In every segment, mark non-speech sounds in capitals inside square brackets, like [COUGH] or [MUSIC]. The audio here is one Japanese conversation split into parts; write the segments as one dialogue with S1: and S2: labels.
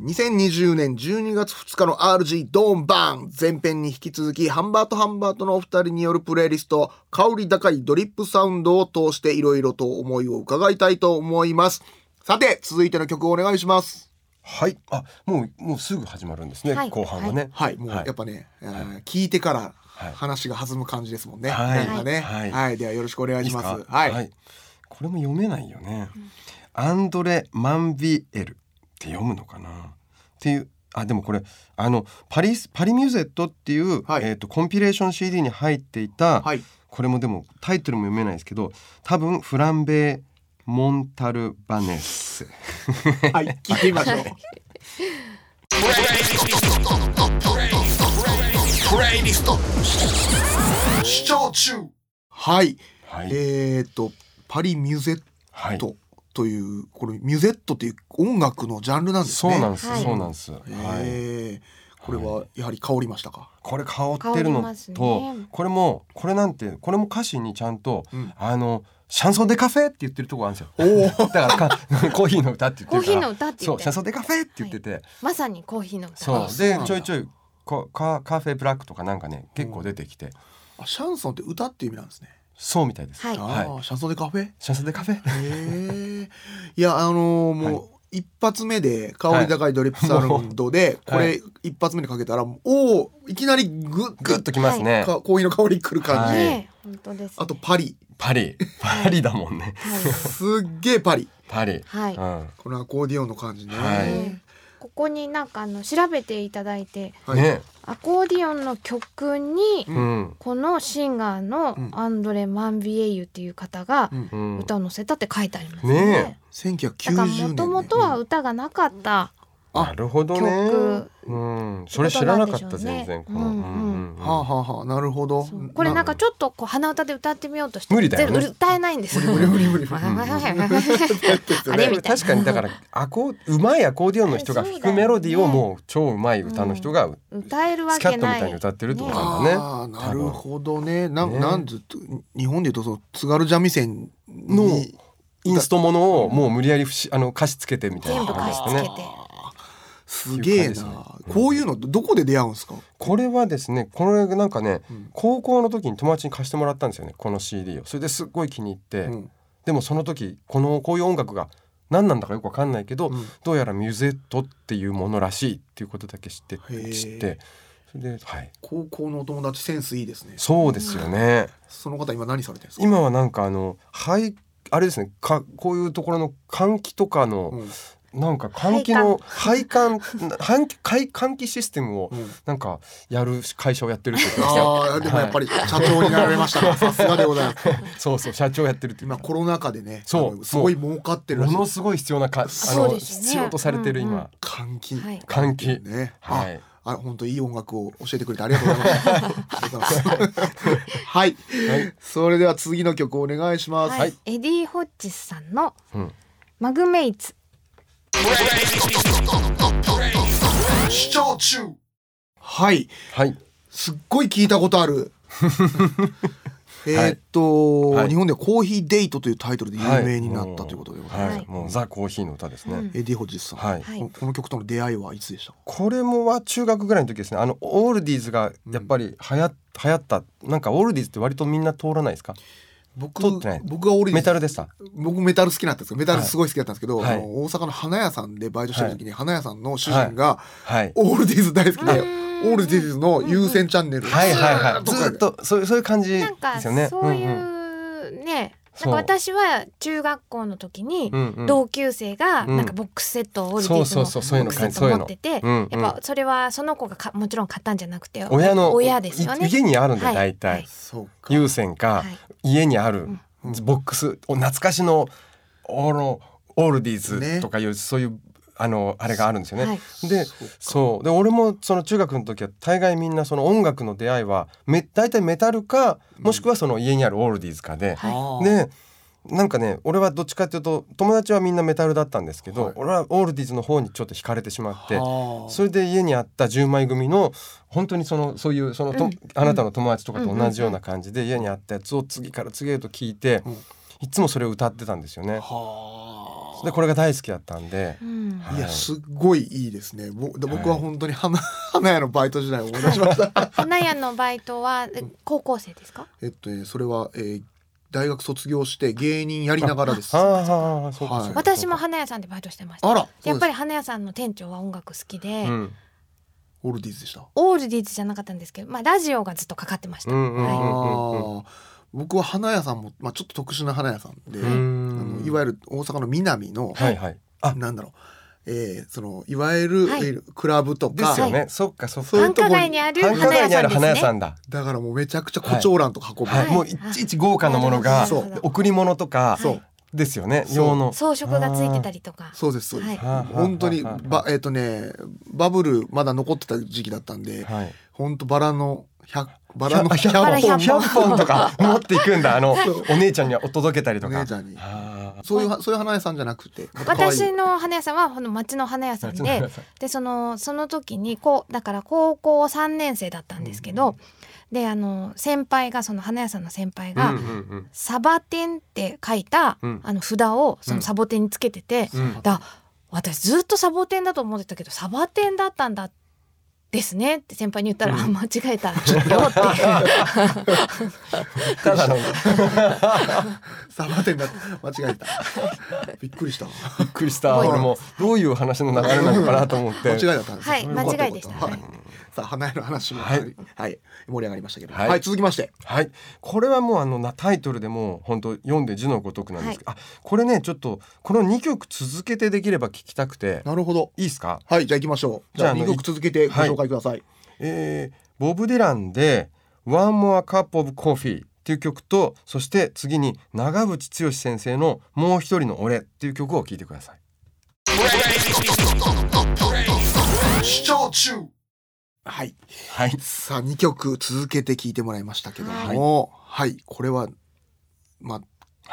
S1: 2020年12月2日の RG ドーンバーン前編に引き続きハンバートハンバートのお二人によるプレイリスト香り高いドリップサウンドを通していろいろと思いを伺いたいと思いますさて続いての曲をお願いします
S2: はい、あ、もう、もうすぐ始まるんですね、
S3: はい
S2: 後半はね。
S1: はいもうやっぱね、えー聞いてから
S2: い
S1: 話が弾む感じですもんね、
S2: はい
S1: なんかねは、
S2: はいい
S1: ではよろしくお願い
S2: いい
S1: し
S2: です
S1: ます
S2: か
S1: はい、
S2: これも読めないよね。アンドレ・マンビエルって読むのかなっていう。あでもこれあのパリスパリミューゼットっていう、
S1: はい
S2: えー、とコンピレーション CD に入っていた、
S1: はい
S2: これもでもタイトルも読めないですけど多分フランベ・モンタルバネス
S1: はい、聞いてみましょう視聴中はい
S2: はい、
S1: えー、とパリミュゼッ
S2: はい
S1: トという、これミュゼットという音楽のジャンルなんです
S2: そ
S1: ね。
S2: うなんです、
S3: はい
S2: そうなんです、はい
S1: えーこれはやはり香りましたか。
S2: これ香ってる
S3: 香りま
S2: の
S3: す
S2: と、
S3: ね
S2: これもこれなんてこれも歌詞にちゃんと、
S1: うん
S2: あのシャンソンデカフェって言ってるとこあるんですよ。
S1: おお、
S2: だから [LAUGHS] かコーヒーの歌って言って
S3: コー
S2: る
S3: ヒ
S2: か
S3: ー
S2: ら。
S3: の歌って
S2: そ
S3: 言っ
S2: うシャン
S3: て
S2: ソンデカフェって言ってて、
S3: まさにコーヒーの歌
S2: そう
S1: そうなん
S2: で
S1: だ
S2: ちょいちょいこカカフェブラックとかなんかね結構出てきて、
S1: あシャンソンって歌っていう意味なんですね。
S2: そうみたいです。
S3: はい
S1: ああ、シャンソンでカフェ。へ
S2: シャンソンデカフェ。
S1: え。いや、あのーもう。一発目で香り高いドリップサウンドで、こ
S2: はい
S1: れ一発目にかけたら、おおいきなりグッ
S2: グ
S1: グッ
S2: ッと
S1: と
S2: きますね。
S1: かコーヒーの香りくる感じ、
S2: はい
S3: ねえ本当ですね
S1: あとパリ
S2: パリパリだもんね。
S1: すっげえパリ
S2: パリ。
S3: はい、
S2: うん
S3: はい
S1: このアコーディオンの感じね、
S2: はい
S3: ねえここになんかあの調べていただいて
S1: はい
S2: ね。
S3: アコーディオンの曲に
S1: う
S2: うん。
S3: このシンガーの
S1: うん
S3: アンドレ・マンビエユっていう方が
S1: うん
S2: うん。
S3: 歌を載せたって書いてありますね。
S2: ね
S3: だから
S1: 1990年、
S3: も
S1: ね、
S3: ともとは歌がなかった
S1: あ
S2: なるほどね。
S3: 曲、
S2: うん。それ知らなかった
S3: ことなんでしょうね
S2: 全然こ
S3: う
S2: の。
S3: んうん
S1: はあ、はあはあ、なるほど
S3: そうこれなんかちょっとこう鼻歌で歌ってみようとして
S2: 無理だよね
S3: 全部歌えないんですよ。
S1: 無理無理無理無理
S3: あれみたいな
S2: 確かにだ
S3: [LAUGHS]
S2: からアコうまいアコーディオンの人が
S3: そうだよ
S2: 弾く
S3: ね
S2: メロディーをもう超うまい歌の人が
S3: 歌えるわ
S2: スキャ
S3: け
S2: ットみ
S3: ない。
S2: たいに歌ってるってこと
S3: ね
S2: なんだね。
S1: ああなるほどねなん
S2: ね
S1: なんずっと日本で言うとその津軽三味線
S2: の
S1: に
S2: インストものをもう無理やりふしあの歌詞つけてみたい
S3: 全
S2: な
S3: 部
S2: 感
S3: 貸
S2: じ
S3: し
S2: です
S3: 付け
S2: ね。
S3: て。
S1: すげえ
S2: っていう感
S1: な
S2: じですね
S1: こういうのどこで出会うんですか
S2: これはですねこれなんかね、
S1: うん
S2: 高校の時に友達に貸してもらったんですよねこの CD をそれですっごい気に入って、
S1: うん
S2: でもその時このこういう音楽が何なんだかよくわかんないけど、
S1: うん
S2: どうやらミュゼットっていうものらしいっていうことだけ知って
S1: え
S2: 知ってそれではい
S1: 高校のお友達センスいいですね
S2: そうですよね。
S1: その方今何されてるんですか
S2: 今はなんかあのはいあれですねかこういうところの換気とかの、
S1: うん
S2: なんか換気の配管 [LAUGHS] 換気換換気システムを
S1: うん
S2: なんかやる会社をやってるって言ってましたよ
S1: ああでもやっぱり社長になられました [LAUGHS] からさすがでございます
S2: そうそう社長やってるって言
S1: 今
S2: って
S1: コロナ禍でね
S2: そう
S1: あのすごい儲かってる
S2: た
S1: らしい
S2: ものすごい必要なかあ
S3: そう
S2: の、
S3: ですね
S2: 必要とされてる今、
S3: うんうん
S1: 換気
S3: はい
S2: 換気
S1: ねあ
S2: はい
S1: あ、本当いい音楽を教えてくれてありがとうござい [LAUGHS] ます。ありがとうございますはい、
S2: はい
S1: それでは次の曲お願いします。
S3: はい、エディ・ホッジスさんの
S2: うん
S3: 「マグメイツ
S1: 視聴中。はい、
S2: はい
S1: すっごい聞いたことあ
S2: [LAUGHS]
S1: る。えーっと、
S2: はい
S1: 日本ではコーヒーデートというタイトルで有名になったということでございます。
S2: は
S3: はい
S2: い、もうザコーヒーの歌ですね、
S3: うん
S1: エディホジスさん、
S2: はい
S3: はい
S1: ここの曲との出会いはいつでしたか。
S2: これもは中学ぐらいの時ですねあのオールディーズがやっぱり流行っ流行ったなんかオールディーズって割とみんな通らないですか
S1: 僕
S2: 撮ってない
S1: 僕がオリジナ
S2: メ
S1: ル
S2: タルでした
S1: 僕メタル好きだったんですけどメタルすごい好きだったんですけど、
S2: はい
S1: あの大阪の花屋さんでバイトしてる時に花屋さんの主人が
S2: はい
S1: オールディーズ大好きで、
S3: うん
S1: オールディーズの優先チャンネル、
S2: はいはいはい。
S1: ず
S2: ず
S1: ー
S2: っとそういうそういう感じ」で
S3: なんか
S2: すよね。
S3: そうい
S2: んん
S3: うね
S2: そ
S3: なん
S2: う
S3: か私は中学校の時に
S2: うんうん
S3: 同級生が
S2: うん
S3: なんかボックスセットをオルディ
S2: そ
S3: ー
S2: うそうそ
S3: ズのボ
S2: うそういう
S3: ッ
S2: の
S3: クス
S2: 買
S3: セッ
S2: いそうい
S3: ト
S2: う
S3: を持
S2: の
S3: っててやっ
S2: うんうん
S3: ぱそれはその子がかもちろん買ったんじゃなくて
S2: 親の
S3: 親ですよね
S2: い。家にあるんだ
S3: はい
S2: よ大体、
S3: はい
S1: そうか
S2: 有線か、
S3: はい
S2: 家にある
S1: うん
S2: ボックスお懐かしのオーロオールディーズとかいう、そういうあのあれがあるんですよね。
S3: はい
S2: で
S1: そうか
S2: そうで俺もその中学の時は大概みんなその音楽の出会いはめ大体メタルかもしくはその家にあるオールディーズかで、
S3: はい
S1: あー
S2: でなんかね俺はどっちかっていうと友達はみんなメタルだったんですけど、
S1: はい
S2: 俺はオールディーズの方にちょっと惹かれてしまって
S1: あー
S2: それで家にあった10枚組の本当にそのそういうそのと、
S3: うん
S2: あなたの友達とかと同じような感じで家にあったやつを次から次へと聞いて、
S1: うん
S2: いつもそれを歌ってたんですよね。
S1: は
S2: でこれが大好きだったんで、
S3: うん
S2: はい
S1: いやすっごいいいですね。ぼで僕は
S2: はい
S1: 本当に花 [LAUGHS] 花屋のバイト時代を思い出しま
S2: [LAUGHS]
S1: した。
S3: 花屋のバイトはえ高校生ですか？
S1: えっとねそれは、えー大学卒業して芸人やりながらです。
S2: はあ
S1: あ
S2: はあそうかそうか
S3: 私も花屋さんでバイトしてました。
S1: ら
S3: やっぱ
S1: り
S3: り花屋さんの店長は音楽好きで、
S2: うん
S1: オールディーズでした。
S3: オールディーズじゃなかったんですけど、まあラジオがずっとかかってました。
S2: うんうん
S3: はい
S1: ああ僕は花屋さんもまあちょっと特殊な花屋さんで、
S2: う
S1: あ
S2: ん
S1: のいわゆる大阪の南の、
S2: はいはいあ
S1: なんだろう、えーそのいわゆる、
S3: はい
S1: えークラブと
S2: で
S1: か
S2: すよね、そっかそっ
S1: そうい
S2: か
S1: うと
S3: 繁
S1: こ
S3: 華
S1: に
S3: 街にある
S2: 繁華
S3: 花
S2: 街
S3: 屋
S2: にある
S3: さんです
S2: 花
S3: ね
S2: 屋。さんだ
S1: だからもうめちゃくちゃ胡蝶蘭とか運ぶ、
S2: はい、
S3: はい
S2: もういちいち豪華なもの
S3: な
S2: が
S3: るほど
S1: そう
S3: なるほど
S2: 贈り物とか
S3: はい
S2: ですよね、
S1: そう
S2: 用の
S3: 装飾がついてたりとか。
S1: そうですそうです、
S2: はい
S1: 本当に
S2: はい
S1: ばえっ、とねバブルまだ残ってた時期だったんで
S2: はい
S1: 本当バラの100バラの
S2: 100
S1: 100
S3: ラ
S1: 本
S2: 本
S3: 100
S2: 100本
S1: [LAUGHS]
S2: とか持っていくんだあの
S1: そう
S2: お姉ちゃんにはお届けたりと
S1: お
S2: か
S1: 姉ちゃんに
S2: あー
S1: そういうそういう花屋さんじゃなくてまた可愛い
S3: 私の花屋さんはこの町の花屋さん
S2: 夏の
S3: で
S2: 花さん
S3: でそのその時にこうだから高校3年生だったんですけど、であの先輩がその花屋さんの先輩が「
S2: うんうん
S3: サバテン」って書いた、
S2: うん
S3: あの札をそうの
S2: ん
S3: サボテンにつけてて、
S2: うんうん
S3: だ私ずっとサボテンだと思ってたけどサバテンだったんだですねって先輩に言ったら、
S2: うん
S3: あ間違えたよって
S2: [LAUGHS] ただのび
S1: サバテンだ間違えたびっくりした
S2: っくりした俺もどういう話の流れなのかなと思って
S1: 間違いだったんですね
S3: はい間違いでした
S1: はい
S3: は
S1: さあ花屋の話も
S2: は
S1: はいい、盛り上がりましたけど
S2: はい
S1: はい続きまして
S2: はい、これはもうあのなタイトルでもう本当読んで字のごとくなんですけど、あこれねちょっとこの2曲続けてできれば聞きたくて
S1: なるほど
S2: いいですか、
S1: はいじゃあ行きましょうじ
S2: じゃ
S1: ゃ
S2: あ
S1: あ
S2: あの
S1: 2曲続けてご紹介ください
S2: えーボブ・ディランで「One More Cup of Coffee」っていう曲とそして次に長渕剛先生の「もう一人の俺」っていう曲を聴いてください。
S1: 視聴中はい
S2: はい、
S1: さあ2曲続けて聴いてもらいましたけどもはい、これはまあ、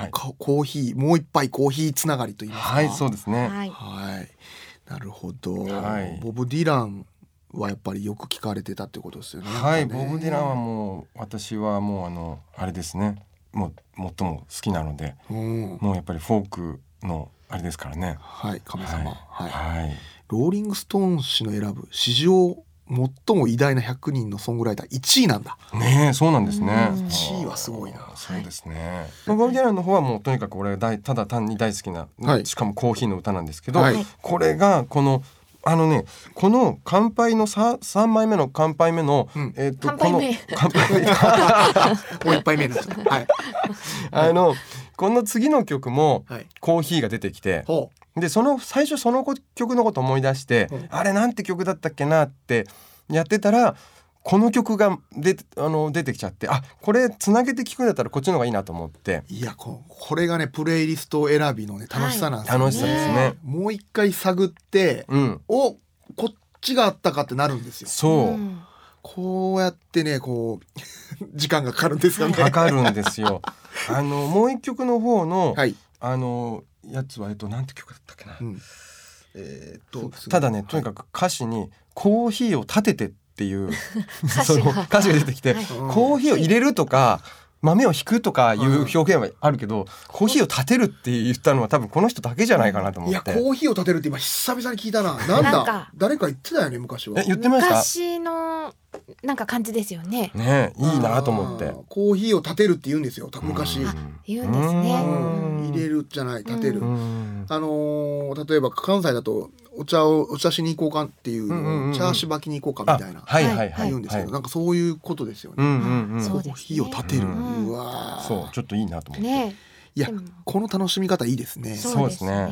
S2: はい
S1: かコーヒーもう一杯コーヒーつながりと言いますか
S2: はい、そうですね。
S3: はい
S1: はいなるほど、
S2: はい
S1: ボブ・ディランはやっぱりよく聞かれてたってことですよね
S2: はい、
S1: やっぱ
S2: ボ
S1: ね
S2: ブ・ディランはもう私はもうあのあれですねもう最も好きなので
S1: うん
S2: もうやっぱりフォークのあれですからね。
S1: はい神様はい、
S2: はい
S1: ローリング・ストーン氏の選ぶ史上最も偉大な100人のソングライター1位なん
S2: [LAUGHS]
S1: だ
S2: ねえそうなんですね
S3: うん
S1: 1位はすごいな
S2: そうですね、ボブ・ディランの方はもうとにかく俺が大ただ単に大好きな、
S1: はい
S2: しかもコーヒーの歌なんですけど、
S1: はい
S2: これがこのあのねこの乾杯の 3, 三枚目の乾杯目の、
S1: うん
S2: えっと
S3: 乾杯
S2: この
S3: 目
S1: [LAUGHS]
S2: 乾杯
S1: もう一杯目なんですねはい
S2: あのこの次の曲も
S1: はい
S2: コーヒーが出てきて
S1: ほう
S2: でその最初その曲のこと思い出して、
S1: うん
S2: あれなんて曲だったっけなってやってたらこの曲がであの出てきちゃってあこれつなげて聴くんだったらこっちの方がいいなと思って
S1: いやここれがねプレイリスト選びのね楽しさなんですよ、
S2: 楽しさですね。
S1: もう一回探って
S2: うん、
S1: おこっちがあったかってなるんですよ
S2: そう、
S3: ん
S1: こうやってねこう [LAUGHS] 時間がかかるんですよね
S2: かかるんで
S1: [LAUGHS]
S2: すよ。あのもう一曲の方の、
S1: はい、
S2: あのやつはえっとなんて曲だったっけな。
S1: うん、
S2: えーっ
S1: そう
S2: と
S1: ですね
S2: ただねとにかく歌詞にコーヒーを立ててっ
S1: [LAUGHS]
S2: ていう
S3: 歌詞
S2: その
S3: が
S2: 歌詞が出てきて、
S3: はい
S2: コーヒーを入れるとか。豆を引くとかいう
S1: うん
S2: 表現はあるけど、コーヒーを立てるって言ったのは多分この人だけじゃないかなと思
S1: いや
S2: っ
S1: コ
S2: て。
S1: ーヒーを立てるって今久々に聞いたななんだ
S3: なんか
S1: 誰か言ってたよね昔は
S2: え言ってました。
S3: 昔のなんか感じですよね。
S2: ねえいいなと思っ
S1: あ
S2: て
S1: ー。コーヒーを立てるって言うんですよた昔
S2: うん
S3: 言うんですね
S1: うん入れるじゃない立てる、
S2: うん
S1: あのー例えば関西だとお茶をお茶しに行こうかっていう,、
S2: うんうんうん
S1: 茶しばきに行こうかみたいな、
S2: あはいはい
S1: あ
S2: はい。
S1: 言うんですけど、
S2: はい
S1: なんかそういうことですよね、
S2: うんうんうん。
S3: そう
S1: コーヒーを立てる、
S2: う
S1: うんわー
S2: そうちょっといいなと思って、
S3: ね
S1: いや
S3: でも
S1: この楽しみ方いいですね
S3: そうです
S2: そうで
S1: ね
S2: す
S3: ね。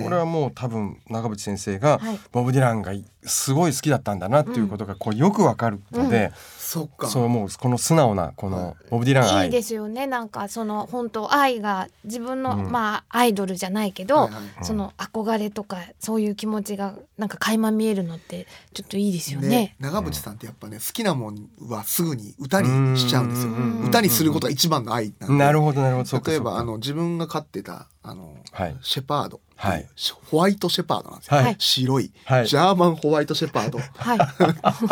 S1: え
S2: これはもう多分長渕先生が
S3: はい
S2: ボブ・ディランがすごい好きだったんだなっていうことがこうよくわかるので、
S1: そっか
S2: そうもうこの素直なこのボブ・ディラン愛
S3: いいですよねなんかその本当愛が自分の、
S2: うん
S3: まあアイドルじゃないけど、
S1: はいはい
S2: うん
S3: その憧れとかそういう気持ちがなんか垣間見えるのってちょっといいですよね。
S1: ね長渕さんってやっぱね好きなもんはすぐに歌にしちゃうんですよ
S3: うんうんうん
S1: 歌にすることが一番の愛なんで
S2: なるほどなるほどそうか
S1: 例え
S2: そう
S1: ば
S2: か
S1: あの自分が飼ってたあの、
S2: はい
S1: シェパード、
S2: はい
S1: シェホワイトシェパードなんですよ、
S2: はい
S1: 白い、
S2: はい
S1: ジャーマンホワイトシェパー
S2: [LAUGHS]
S1: ド
S3: はい。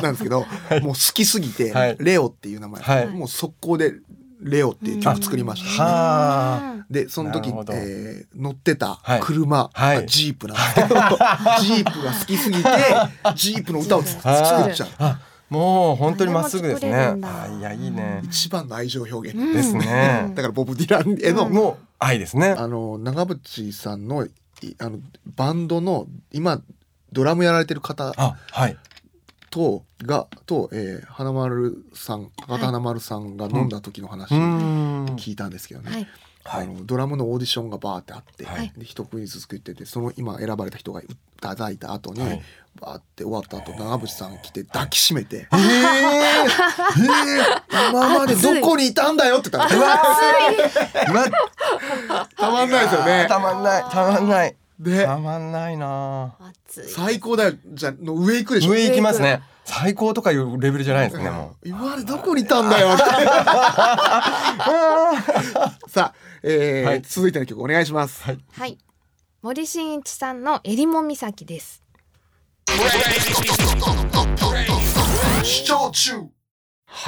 S1: なんですけど、もう好きすぎて、
S2: はい
S1: レオっていう名前、
S2: はい
S1: もう速攻でレオっていう曲作りました、ね。
S2: は
S1: でその時
S2: なるほ、ど
S1: えー乗ってた
S2: はい
S1: 車、
S2: はい
S1: まあジープなんです
S2: [LAUGHS]
S1: けど、ジープが好きすぎてジープの歌をつ作っちゃう
S2: あもう本当にまっすぐですね
S3: あれも作れるんだ
S2: あいやいいね、
S1: 一番の愛情表現、
S3: うん
S2: ですね
S1: だからボブ・ディランへの、
S2: の愛ですね
S1: あの長渕さんのいあのバンドの今ドラムやられてる方
S2: あはい
S1: とがと、えー花丸さん博多
S3: はい
S1: 花丸さんが飲んだ時の話
S2: うーん
S1: 聞いたんですけどね、
S3: はい
S2: は
S1: あ
S2: い
S1: のドラムのオーディションがバーってあって、
S2: はい
S1: で一組ずつ作っててその今選ばれた人が叩いた後に、
S2: はい
S1: バーって終わった後長渕さん来て抱きしめて
S2: え
S1: 「え
S2: え
S1: ー、今までどこにいたんだよ」って言ったら
S2: ー、ま
S1: たまんないですよね。
S2: [LAUGHS] たまんないたまんない
S1: で
S2: たまんないな
S3: 熱い
S1: 最高だよじゃあの上行くでしょ
S2: 上行きますね最高とかいうレベルじゃないですねも
S1: 今までどこにいたんだよって [LAUGHS] さあ、えー
S2: はい
S1: 続いての曲お願いします、
S3: はい森進一さんの襟裳岬です
S1: 視聴中は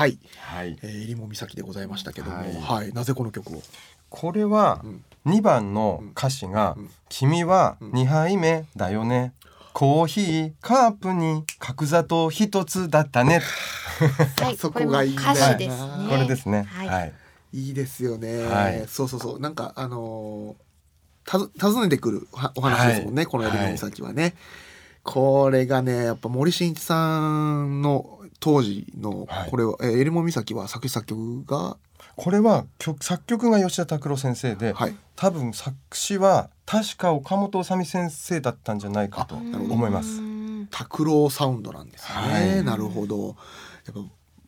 S1: い、
S2: うはい
S1: えー、入裳岬でございましたけども、は
S2: はいい
S1: なぜこの曲を
S2: これは
S1: うん
S2: 2番の歌詞が
S1: うん
S2: 「君は
S1: うん
S2: 2杯目だよね」コーヒーカップに角砂糖一つだったね。
S3: はい
S1: そ
S3: こ
S1: こ
S3: れも
S1: がいいんだよな
S3: 歌詞ですね
S2: これですね。
S3: は
S2: はいい。
S1: いいですよね、
S2: はい
S1: そうそうそうなんかあのーた訪ねてくるはお話ですもんね、
S2: はい
S1: この入裳岬はね、これがねやっぱ森進一さんの当時の
S2: はい
S1: これは、えー、入裳岬は作詞作曲が
S2: これは曲作曲が吉田拓郎先生で、
S1: はい
S2: 多分作詞は確か岡本あさみ先生だったんじゃないかと
S1: あ
S3: うん
S2: 思います。
S3: うん
S1: 拓郎サウンドなんですね、
S2: はい
S1: なるほどやっぱ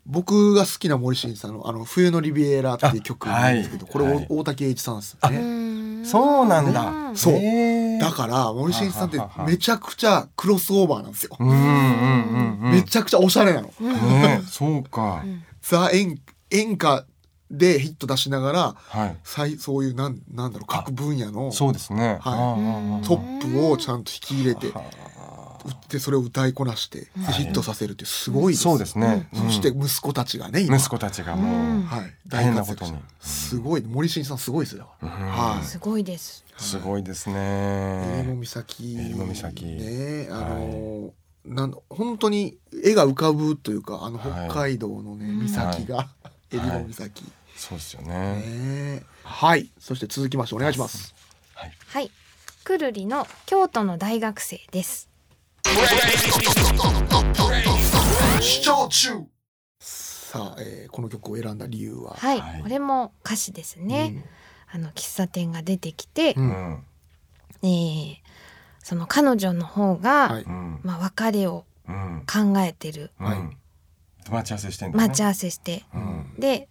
S1: 僕が好きな森進一さんの「あの冬のリビエラ」っていう曲なんですけど、
S2: あはい
S1: これ、
S2: はい
S1: 大竹栄一さんですね、
S2: そうなんだ。
S1: そう
S2: へー
S1: だから森進一さんって
S2: はははは
S1: めちゃくちゃクロスオーバーなんですよ、
S2: うんうんうんうん。
S1: めちゃくちゃおしゃれなの、
S3: うん
S2: ねそうか
S3: う。ん
S1: ザ演演歌でヒット出しながら
S2: はい。
S1: 最そういうなんなんだろう各分野の
S2: そうですね。
S1: はい
S2: あーあーあー
S1: トップをちゃんと引き入れて
S2: は
S1: でそれを歌いこなして
S2: はい
S1: ヒットさせるってすごいです、
S2: そうですね。
S1: そして息子たちがね今
S2: 息子たちがも
S3: う
S2: うん
S1: はい、
S2: 大変なこと
S1: 大活
S2: に
S1: 躍してすごい森進一さんすごいですよだから、
S2: うん
S1: はい
S3: すごいです
S2: すごいです
S1: えりも
S2: ね。
S1: 岬
S2: 襟裳岬
S1: ねあの、なん本当に絵が浮かぶというかあの
S2: はい
S1: 北海道のね、
S3: うん
S1: 岬が、えりも岬、
S2: そうですよ
S1: ね
S2: ね。
S1: はいそして続きましてお願いします
S2: はい。
S3: はいくるりの京都の大学生です
S1: 視聴中さあ、えーこの曲を選んだ理由は、
S3: はい、
S2: はい
S3: これも歌詞ですね、あの喫茶店が出てきて、
S1: う
S2: うんん。
S3: えーその彼女の方が、
S1: はい
S2: うん。
S3: まあ別れを
S2: うん。
S3: 考えてる
S1: はい
S2: うん待ち合わせしてんだね。
S3: 待ち合わせして、
S2: うん
S3: で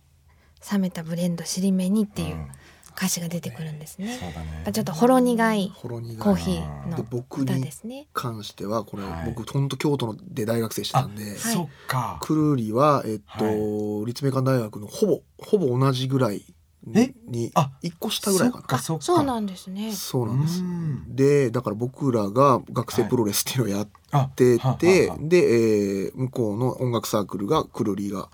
S3: 冷めたブレンド尻目にってい
S2: うん
S3: う歌詞が出てくるんですね、
S2: そうだね
S3: まあ。ちょっとほろ苦い
S1: ほろ苦い
S3: コーヒー
S1: で
S3: の
S1: 僕
S3: 歌
S1: に
S3: ですね
S1: 関してはこれ、
S2: はい
S1: 僕ほんと京都ので大学生してたんで、
S3: はい
S2: そっか。
S1: くるりは、えっと、立命館大学のほぼ、ほぼ同じぐらいに
S2: え、
S1: に
S2: あ
S1: 一個下ぐらいか
S2: そっ
S1: な。
S2: か
S3: あ
S2: そっか
S3: そうなんですね
S1: そうなんです
S2: うん。
S1: で、だから僕らが学生プロレスっていうのをやっ
S2: あ
S1: て
S2: は
S1: て、
S2: はは、
S1: で、えー向こうの音楽サークルが、くるりが、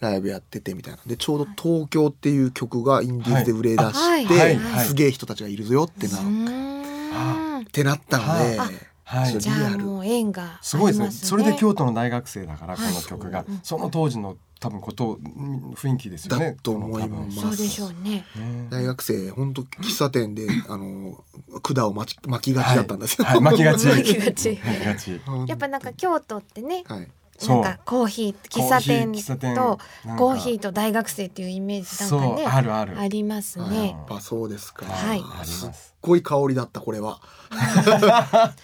S1: ライブやっててみたいな。で、ちょうど東京っていう曲がインディーズで売れ出
S3: はい
S1: し
S3: あはい
S1: て
S3: はい
S1: すげえ人たちがいるぞよってな、
S3: うーん
S1: ってなったので
S2: は、は
S1: そ
S2: い
S1: れ。
S3: じゃあもう縁がありますす
S2: ごい
S3: ね
S2: ですね。それで京都の大学生だからこ
S3: はい
S2: の曲が
S3: そ
S2: そ
S3: う
S2: の当時の多分ことうん雰囲気ですよね。
S1: だと思います
S3: そうでしょうね
S2: 多分ね
S1: 大学生、ほんと喫茶店
S2: [LAUGHS]
S1: で、あの、管を巻き巻きがちだったんですよ。
S2: はい巻きがち。
S3: 巻きがち
S2: 巻きがち。
S3: やっぱなんか京都ってね
S1: はい、
S3: な
S2: そ
S3: ん
S2: う。
S3: かコーヒー喫茶店
S2: コーヒー喫茶店
S3: と
S2: なんか
S3: コーヒーと大学生っていうイメージなんか
S2: そう
S3: ね
S2: あるある
S3: あります
S1: や
S3: ね
S1: っぱそうですか。
S3: はい
S2: あり
S1: すっ
S2: ます。
S1: ごい香りだったこれ
S2: [LAUGHS]
S1: は。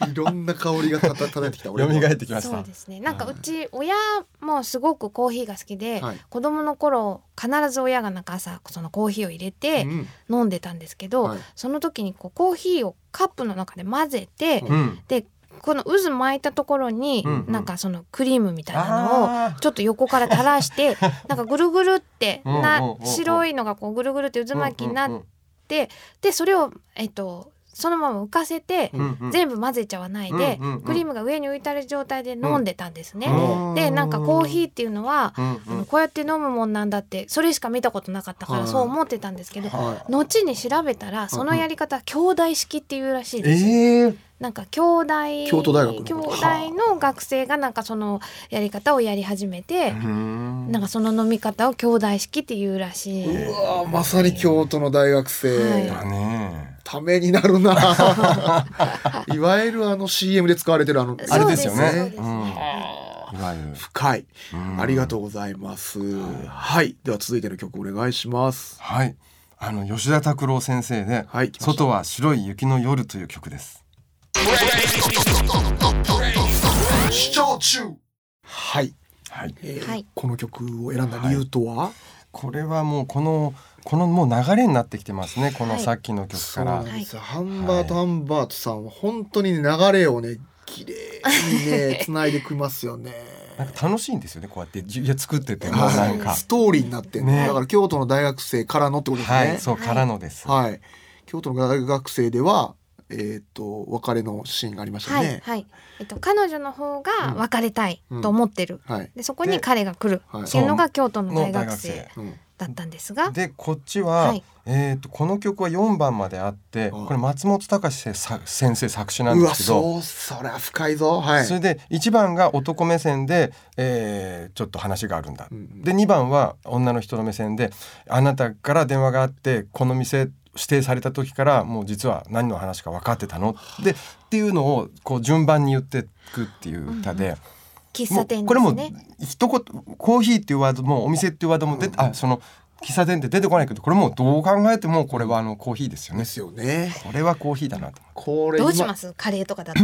S1: いろんな香りがたた漂ってきた俺
S2: 蘇
S1: は。
S2: ってきまし
S3: そう
S2: た
S3: で。すねなんかうち親もすごくコーヒーが好きで
S1: はい
S3: 子供の頃必ず親がなんか朝そのコーヒーを入れて
S1: うん
S3: 飲んでたんですけ
S1: は
S3: ど
S1: い
S3: その時にこうコーヒーをカップの中で混ぜて
S2: うん。
S3: でこの渦巻いたところに
S2: うんうん
S3: なんかそのクリームみたいな
S2: あ
S3: のを
S2: ー
S3: ちょっと横から垂らして
S2: [LAUGHS]
S3: なんかぐるぐるって
S2: うんうん
S3: な
S2: うんうん
S3: 白いのがこうぐるぐるって渦巻きになってでそれをえっとそのまま浮かせて、
S2: うんうん
S3: 全部混ぜちゃわないで、
S2: うんうんうん
S3: クリームが上に浮いてる状態で飲んでたんですね。
S2: うん
S3: でなんかコーヒーっていうのは、
S2: うん
S3: あ
S2: う
S3: の
S2: ん
S3: こうやって飲むもんなんだってそれしか見たことなかったから
S1: はい
S3: そう思ってたんですけど、
S1: はい
S3: 後に調べたらそのやり方は兄弟式っていうらしいですよ。
S2: えー
S3: なんか兄弟
S1: 京都大学の
S3: 兄弟の学生がなんかそのやり方をやり始め
S2: う
S3: て、
S2: ん
S3: なんかその飲み方を兄弟式っていうらしい。
S1: うわーまさに京都の大学生、
S3: は
S2: だね
S1: ためになる
S3: [LAUGHS]
S1: ないわゆるあの CM で使われてるあの
S2: あれですよね
S3: そうです
S2: うん
S3: はい
S2: いわゆる
S1: 深い
S2: うん
S1: ありがとうございます、はいでは続いての曲お願いします
S2: はいあの吉田拓郎先生で
S1: はい来ました
S2: 外は白い雪の夜という曲です
S1: 視聴中はい、
S2: はい
S1: えー
S3: はい
S1: この曲を選んだ理由とは、
S2: これはもうこのこのもう流れになってきてますねこの
S3: はい
S2: さっきの曲
S1: そ
S2: か
S1: う
S2: ら、
S1: なん
S2: はい
S1: ですよ、ハンバートハンバートさんは本当にね流れをね綺麗に
S3: [LAUGHS]
S1: ね繋いでくますよね
S2: [LAUGHS] なんか楽しいんですよねこうやってじいや作ってても
S1: は
S2: ないんか
S1: ストーリーになってんの
S2: ね
S1: だから京都の大学生からのってことですね
S2: はいそうからのです、
S1: はい京都の大学生ではえっ、と別れのシーンがありました
S3: はい
S1: ね
S3: はいえっと彼女の方が別れたいと思ってる。
S1: はい、
S3: でそこに彼が来る
S1: はい
S3: っていうのが京都の
S2: の
S3: 大
S2: 大
S3: 学
S2: 学
S3: 生
S2: 生
S1: うん、
S3: だったんですが、
S2: でこっちは、
S3: はい
S2: えー、とこの曲は4番まであって
S1: うん
S2: これ松本隆先生先生作詞なん
S1: う
S2: で
S1: わ
S2: すけ
S1: そ
S2: ど
S1: うそりゃ深いぞはい
S2: それで1番が男目線で、えーちょっと話があるんだ、
S1: うん
S2: で2番は女の人の目線であなたから電話があってこの店指定された時からもう実は何の話か分かってたのでっていうのをこう順番に言ってくっていう歌で、
S3: 喫
S2: も
S3: 茶
S2: う
S3: 店
S2: これ
S3: です
S2: も
S3: ね。
S2: 一言コーヒーっていうワードもお店っていうワードも出て、あその喫茶店って出てこないけどこれもうどう考えてもこれはあのコーヒーですよね
S1: で。すよね
S2: これはコーヒーだなと。
S1: これ
S3: どうし
S1: 今
S3: ますカレーとかだった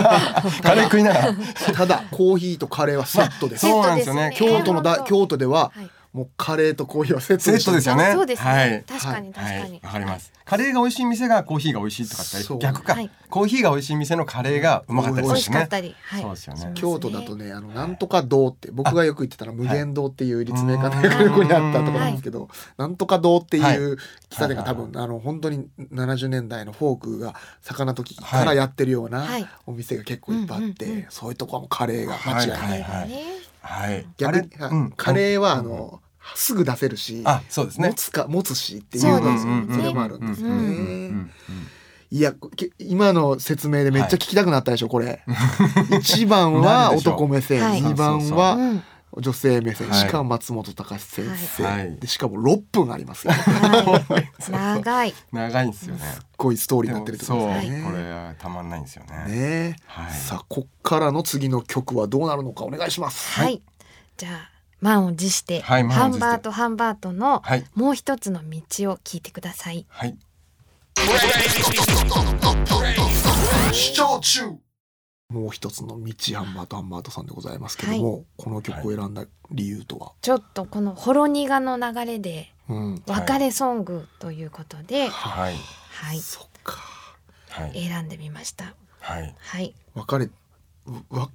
S2: [LAUGHS] カレー食いながら。
S1: ただコーヒーとカレーはセットです、
S2: まあ [LAUGHS] そうなんですよね
S3: セット
S1: 京都のだ
S3: 本当
S1: 京都では、
S3: はい
S1: もうカレーとコーヒーはセット
S2: セットですよね。
S3: あそうですね、
S2: はい。
S3: 確かに確
S2: は
S3: か
S2: い
S3: に、
S2: わかります。カレーが美味しい店がコーヒーが美味しいとかって
S1: そう
S2: 逆か、
S3: はい
S2: コーヒーが美味しい店のカレーがうまかったりする
S3: 美味
S2: し
S3: しか
S2: ね
S3: っ。たり、はい、
S2: そうですよね
S3: します
S1: 京都だとねあのなんとか堂って僕がよく行ってたら無限堂っていう立命館大
S2: はい
S1: 学横にあったとこなんですけど、なんとか堂っていう
S2: はい
S1: 喫茶店が多分、あの本当に70年代のフォークが魚時からやってるような
S3: はい
S1: お店が結構いっぱいあって、
S3: うんうんう
S1: そういうとこはもうカレーが間違いない。
S2: は
S3: カレーがね、
S2: はい。
S1: 逆に
S2: あれ
S1: はいカレーはあ、
S2: うんうんうん
S1: の、すぐ出せるし、
S2: あ、そうですね
S1: 持。つか持つしっていう
S3: そう
S1: の
S3: ですよね
S1: それもあるんですよね。
S2: うんうんうん
S1: いやき今の説明でめっちゃ聞きたくなったでしょ、こ
S2: [LAUGHS]
S1: れ1番は
S2: なるでしょう
S1: 男目線、
S3: はい
S1: 2番
S3: う
S1: は
S3: ん、
S1: 女性目線、
S2: はい
S1: しかも松本隆先生、
S2: はい
S1: でしかも6分あり
S2: [LAUGHS]
S1: ますよすっ
S3: はい長い
S2: 長いんですよね。
S1: ごいストーリーになっ
S2: でも
S1: てるってこ
S2: そ
S1: と
S2: う、こ
S1: です
S2: れ
S1: ね。
S2: はたまんないんですよね。
S1: ね
S2: はい
S1: さあこっからの次の曲はどうなるのかお願いします。
S3: はい、じゃあ満を持して,、
S2: はい満を
S3: ハ
S2: 持し
S3: ン
S2: て
S3: バートハンバートの
S2: はい
S3: もう一つの道を聞いてください
S2: はい。
S1: 視聴中もう一つの道ハンバートハンバートさんでございますけども、この曲を選んだ理由とは、
S3: ちょっとこのほろ苦の流れで
S1: うん、
S3: 別れソングということで、
S2: はい。
S3: はい、
S1: そっか
S2: はい。
S3: 選んでみました
S2: はい。
S3: はい
S1: 別れうわ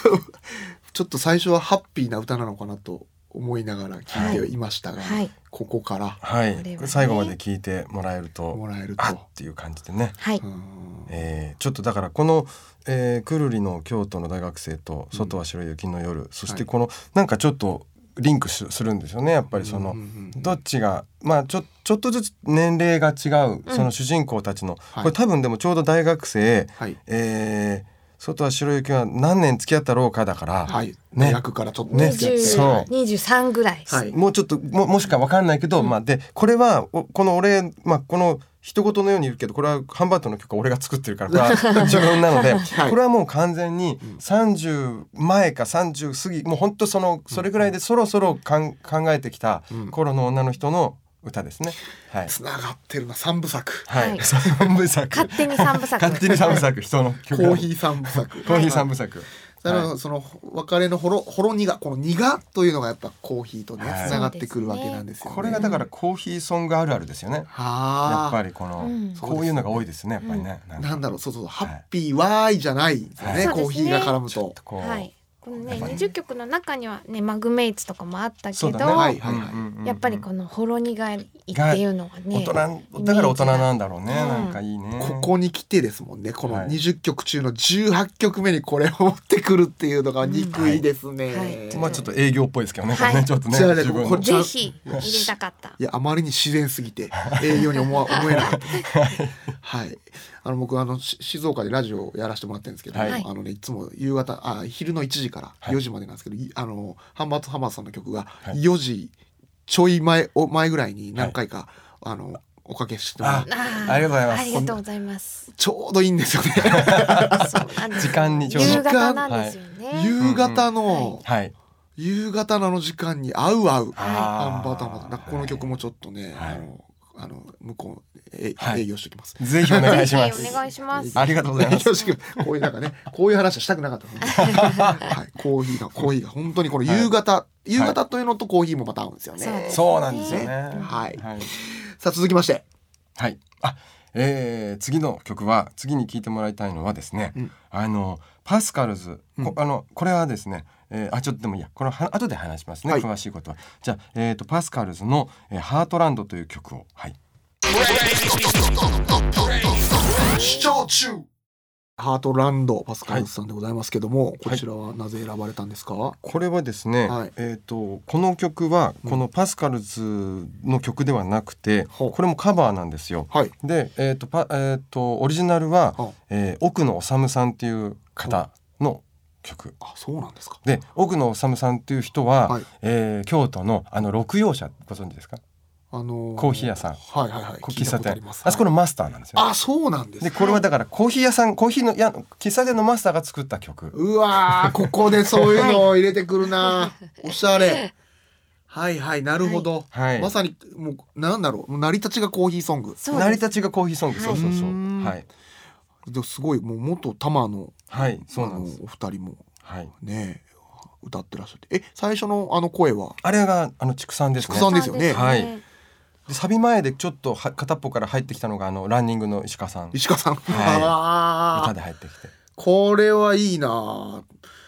S1: [LAUGHS] ちょっと最初はハッピーな歌なのかなと思いながら聞いていましたが、
S3: はい
S1: ここから
S2: は
S3: これ
S2: い
S3: は。ね
S2: 最後まで聞いてもらえる
S1: も
S2: と、
S1: らえると
S2: あっていう感じでね。
S3: はい、
S1: うん
S2: えーちょっとだからこの、えーくるりの京都の大学生と「外は白い雪の夜」そしてこの、なんかちょっとリンクしするんですよねやっぱりその、
S1: うんうんうん
S2: どっちがまあちょちょっとずつ年齢が違う、その主人公たちの、
S1: はい
S2: これ多分でもちょうど大学生、
S1: はい
S2: えー外は白い雪は何年付き合ったろうかだから、
S1: はい、
S2: ね
S1: 役からちょっと
S2: ね
S1: 付き合って
S2: そう
S3: 23ぐらい、
S1: はい
S2: もうちょっとももしかわかんないけど、まあでこれはおこの俺まあこの一言のように言うけどこれはハンバートの曲は俺が作ってるからこれは自分なので、
S1: はい
S2: これはもう完全に30前か30過ぎもうほんとそのそれぐらいでそろそろかん考えてきた頃の女の人の歌ですね。はい、
S1: つながってるな三部作
S2: はい
S3: はい
S2: 三部作
S3: 勝手に三部作
S2: 勝手に三部作人の
S1: コ
S2: 曲
S1: ーヒー三部作
S2: [LAUGHS] コーヒー三部作。
S1: だからその別れのほろほろ苦この苦というのがやっぱコーヒーとね
S2: はい
S1: つながってくるわけなんですよね。
S2: これがだからコーヒーソングあるあるですよね。やっ
S1: は
S2: ぱ
S1: あ
S2: りこの、
S3: うん
S2: こういうのが多いですねやっぱりね。なんか
S1: なんだろうそうそうハッピーわーいじゃないですよね、
S3: はい
S1: コーヒーが絡む
S2: ちょっ
S1: と
S2: と。こう、
S3: はいこのね
S2: やっぱり
S3: 20曲の中にはねマグメイツとかもあったけ
S2: そう
S3: ど、
S2: だね
S1: はいはいはい
S3: やっぱり
S2: こ
S3: このほろ苦いっていうのがね
S2: 大人だから大人なんだろうね、
S3: うん
S2: なんかいいね
S1: ここに来てですもんねこの
S2: はい
S1: 20曲中の18曲目にこれを持ってくるっていうのが憎いですね、
S3: うんはい
S1: い
S2: まあちょっと営業っぽいですけどね、
S3: はい
S2: これねちょっとね
S1: じゃあね
S2: 自分の
S1: ここ
S3: ぜひ入れたかった。
S1: やあまりに自然すぎ
S2: [LAUGHS]
S1: て営業に思わ思えなかったはいあの僕あのし静岡でラジオをやらせてもらってるんですけど、
S2: はい
S1: あのねいつも夕方あ昼の1時から
S2: はい
S1: 4時までなんですけど、いあのハンバートハマーさんの曲が
S2: はい
S1: 4時ちょい前お前ぐらいに何回か、あのおかけしてもらって
S3: あー
S2: ありがとうございます
S3: ありがとうございます。
S1: ちょうどいいん
S2: [LAUGHS]
S1: ですよね
S3: そうなんです
S2: 時間にちょうど
S3: 夕方なんですよね。
S1: 夕方の、
S3: はい
S2: はい
S1: 夕方のあの時間に合う合う
S2: あー
S1: アンバーターマンなんかこの曲もちょっとね、
S2: はい
S1: あのあの向こうえ、
S2: はい
S1: 営業しておきます。
S2: ぜひお願いします
S3: ぜひお願いします。
S2: ありがとうござい [LAUGHS] ます
S1: 営業しておきこういうなんかねこういう話はしたくなかったので、はい、コーヒーがコーヒーが本当にこの夕方、夕方というのとコーヒーもまた合うんですよね。
S3: そうです
S2: そうなんですよね
S1: はい
S2: はい、
S1: さあ続きまして
S2: はいあえー次の曲は次に聴いてもらいたいのはですね、
S1: うん
S2: あのパスカルズ、
S1: うん
S2: こあのこれはですね、えーあちょっとでもいいやこれは後で話しますね、
S1: はい
S2: 詳しいことはじゃあ、えー、とパスカルズの、えーハートランド」という曲をはい
S1: 視聴中ハートランドパスカルスさんでございますけども、こちらはなぜ選ばれたんですか、
S2: これはですね、
S1: はい
S2: えー、とこの曲は
S1: うん
S2: このパスカルズの曲ではなくて、
S1: ほう
S2: これもカバーなんですよ。
S1: はい
S2: で、えーとパえー、とオリジナルは、
S1: ほう
S2: えー奥野治さんっていう方の曲。
S1: あそうなんですか
S2: で奥野治さんっていう人は、
S1: はい
S2: えー京都のあの六葉社ご存知ですか
S1: あの
S2: コーヒー屋さん
S1: はいはいはい
S2: 喫茶
S1: 聞いたことあり
S2: 店
S1: ます
S2: あそこのマスターなんですよ。
S1: あそうなんです
S2: で
S1: ね
S2: これはだからコーヒー屋さんコーヒーのいや喫茶店のマスターが作った曲。
S1: うわーここでそういうのを入れてくるな、おしゃれはいはいなるほど、
S2: はい、
S1: まさにもうなんだろうもう成り立ちがコーヒーソング
S3: そう
S2: 成り
S3: です。
S2: 立ちがコーヒーソング、
S3: はい
S2: そうそうそう
S1: ーん
S2: う。はい
S1: ですごいもう元玉の
S2: はいそう
S1: あ
S2: なん
S1: の
S2: です。
S1: お二人も
S2: はい。
S1: ね歌ってらっしゃってえ最初のあの声は
S2: あれがあの畜産ですね。
S1: 畜産ですよね
S2: はいでサビ前でちょっとは片っぽから入ってきたのがあのランニングの石川さん
S1: 石川さん、
S2: い
S1: あ
S2: 歌
S1: ー
S2: で入ってきて。
S1: これはいいな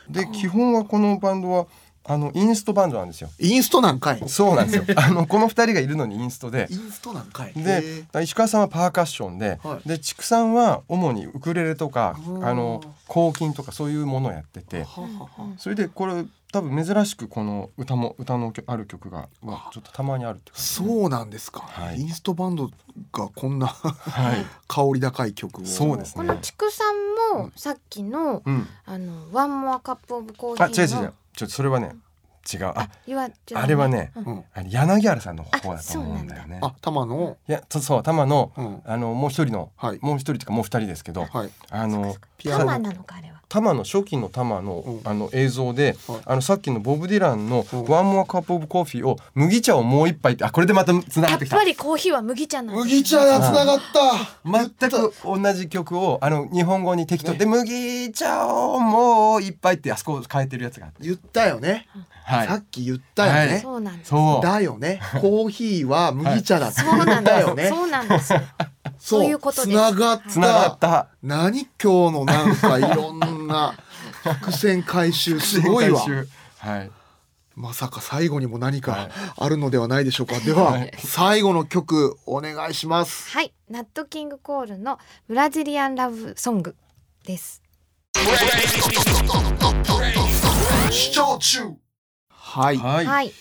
S2: で基本はこのバンドはあのインストバンドなんですよ。
S1: インストなんかい
S2: そ
S1: [LAUGHS]
S2: うなんですよ。あのこの二人がいるのにインストで
S1: イ。ンストなんかい
S2: で石川さんはパーカッションで、
S1: はい
S2: で畜産は主にウクレレとか
S1: おー
S2: あの抗菌とかそういうものをやって
S1: へー
S2: て
S1: ははは
S2: それでこれ多分珍しくこの歌も歌のある曲がはちょっとたまにあるって感じですね
S1: そうなんですか、
S2: はい
S1: インストバンドがこんな [LAUGHS]
S2: はい、
S1: 香り高い曲を
S2: そうです
S3: こ
S2: ね
S3: の畜産もさっきの
S2: [LAUGHS] うん、
S3: あのワンモアカップオブコ
S2: あ
S3: ーヒ
S2: 違う違う
S3: ー
S2: 違
S3: の
S2: うちょっとそれはね違うあ
S3: 言わ
S2: あれはね
S1: うん
S2: あの柳原さんの方だと思うんだよね。
S1: あ玉の、
S2: いやそうそう玉の
S1: うん、
S2: あのもう一人の
S1: はい
S2: もう一人というかもう二人ですけど
S1: はい
S2: あの
S1: ピア
S3: タ
S1: ノ
S3: マなのかあれは。
S2: 玉の初期の玉の,、
S1: うん
S2: あの映像で、
S1: はい
S2: あのさっきのボブ・ディランの
S1: うん
S2: 「ワンモアカップ・オブ・コーヒー」を麦茶をもう一杯ってあこれでまたつなが
S3: や
S2: っ
S3: って
S2: きた
S3: ぱりコーヒーは麦茶なんですね
S1: 麦茶がつながった
S2: 全く同じ曲をあの日本語に適当で「麦茶をもう一杯」ってあそこを変えてるやつがあって、
S1: 言ったよね、
S2: はい
S1: さっき言ったよね、
S3: そうなんです。
S2: そう
S1: だよねコーヒーは麦茶だって
S3: [LAUGHS] そう
S1: 言
S3: な
S1: っ
S3: ん
S1: た
S3: だ
S1: よ
S3: よ
S1: ね
S3: そうなんですよ。そういうことです
S1: つながっ
S2: つながったた
S1: 何今日のなんかいろんな伏線回収すごいわ
S2: 先々週はい
S1: まさか最後にも何
S2: は
S1: か
S2: い
S1: あるのではないでしょうか、では、
S2: はい
S1: 最後の曲お願いします
S3: はい、ナットキングコールのブラジリアンラブソングです。
S1: 視聴中はい、
S2: は
S3: はい、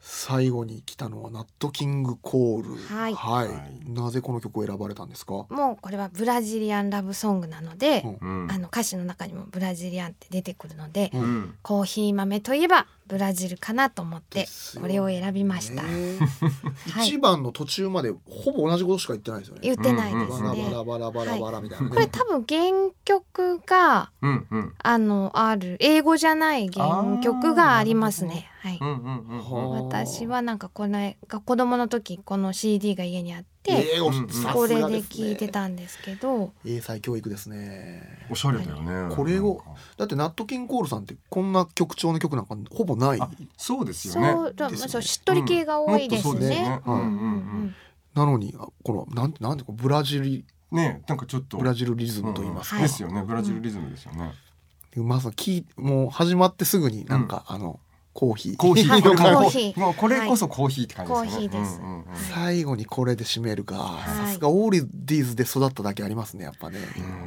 S1: 最後に来たのはナットキングコール
S3: はい
S2: はい
S1: なぜこの曲を選ばれたんですか
S3: もうこれはブラジリアンラブソングなので、
S2: うん
S3: あの歌詞の中にもブラジリアンって出てくるので、
S1: う
S2: うん
S3: コーヒー豆といえばブラジルかなと思って
S1: ですよ
S3: こ
S1: ね
S3: れを選びました。はい
S1: 一番の途中までほぼ同じことしか言ってないですよね
S3: 言ってないで
S1: バ
S3: す
S1: ラ
S3: ね
S1: バ。ラバラバラバラみたいなね、
S3: これ多分原曲が
S2: うんうん
S3: あのある英語じゃない原曲がありますね。はい。
S2: うんうんうん
S1: はあ
S3: 私はなんかこのが子供の時この CD が家にあって、
S1: えーお
S2: うん
S1: さすが
S3: これです
S1: ね
S3: 聞いてたんですけど、
S1: 英才教育ですね
S2: おしゃれだよね
S1: これを
S2: な
S1: だ
S2: んか
S1: ってナットキンコールさんってこんな曲調の曲なんかほぼない
S2: あそうですよね
S3: そうだ
S1: ですよね
S3: そうしっとり系が多いです
S2: うんもっとそうです
S3: ね
S2: ね。
S3: うんうんう
S2: うんうん
S3: ん
S1: なのにあこのなんてなんてこうブラジル
S2: ねなんかちょっと
S1: ブラジルリズムと言いますか、
S3: うんうん
S2: ですよねブラジルリズムですよね、
S1: まさきもう始まってすぐになんか、あの [LAUGHS] コーヒー
S2: コー [LAUGHS] ヒ
S3: は
S2: ー
S3: い
S2: これも
S3: コ
S2: う
S3: ーヒー
S2: もうこれこそコーヒーって感じですよね。
S3: コーヒーです
S2: うんうんうん
S1: 最後にこれで締めるか
S3: い
S1: さすがオールディーズで育っただけありますねやっぱね、
S2: うんうんう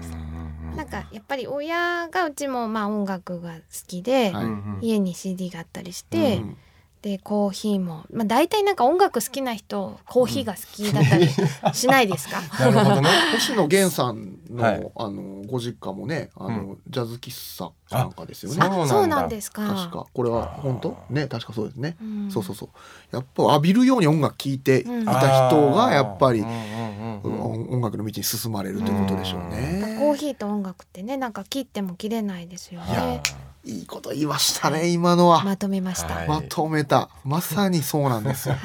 S2: ん
S3: なんかやっぱり親がうちもまあ音楽が好きで、
S1: はい
S2: うんうん
S3: 家に CD があったりし
S1: う
S3: て、
S1: ん
S3: でコーヒーも、まあ、大体なんか音楽好きな人コーヒーが好きだっ
S1: [LAUGHS]
S3: たりしないですか
S2: なるほどね。
S3: [LAUGHS]
S1: 星野源さんの,、
S2: はい
S1: あのご実家もねあの、
S2: う
S1: ジャズ喫茶なんかですよ
S2: あ
S1: ね
S3: あ
S2: そ
S3: そうう
S2: な
S3: なんん
S2: で
S3: ですか
S1: 確かこれは本当
S2: あ
S1: ね確かそうですね、
S3: うん
S1: そうそうそうやっぱ浴びるように音楽聴いていた人がやっぱり、
S2: あーうんうんうんうん
S1: 音楽の道に進まれるということでしょうね。
S3: コーヒーと音楽ってねなんか切っても切れないですよ
S2: いや
S3: ね
S1: いいこと言いましたね今のは、
S3: まとめました
S2: は
S3: はいい、
S1: まとめたまさにそうなんです
S2: [LAUGHS]
S1: よ